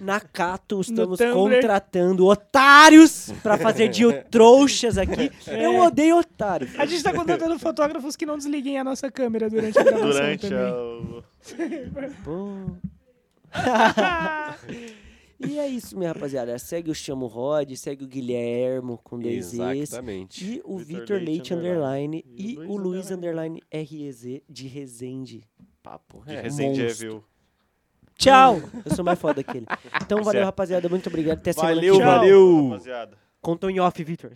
Speaker 1: Na Cato, estamos
Speaker 2: Tumblr.
Speaker 1: contratando otários pra fazer
Speaker 2: <laughs>
Speaker 1: de trouxas aqui.
Speaker 2: É.
Speaker 1: Eu odeio otário.
Speaker 2: A gente tá contratando fotógrafos que não desliguem a nossa câmera durante a gravação
Speaker 4: Durante
Speaker 2: também.
Speaker 4: o...
Speaker 1: Pô. <laughs> e é isso, minha rapaziada. Segue o Chamo Rod, segue o Guilhermo com
Speaker 3: dá.
Speaker 1: dois E's.
Speaker 3: Exatamente.
Speaker 1: E o
Speaker 4: Vitor
Speaker 1: Vitor Leite,
Speaker 4: Leite,
Speaker 1: underline, e
Speaker 4: E o
Speaker 1: o
Speaker 4: Luiz,
Speaker 1: Luiz, underline, REZ, de Resende.
Speaker 3: Papo
Speaker 4: De
Speaker 3: reto.
Speaker 4: Resident
Speaker 1: É, monstro.
Speaker 4: Evil.
Speaker 2: Tchau!
Speaker 3: <laughs>
Speaker 1: Eu sou mais foda que ele. Então, valeu,
Speaker 3: Tá Certo.
Speaker 1: rapaziada. Muito obrigado. Até semana
Speaker 3: Valeu,
Speaker 1: que vem.
Speaker 2: Tchau.
Speaker 3: valeu.
Speaker 4: Rapaziada.
Speaker 1: Contam em off, Vitor.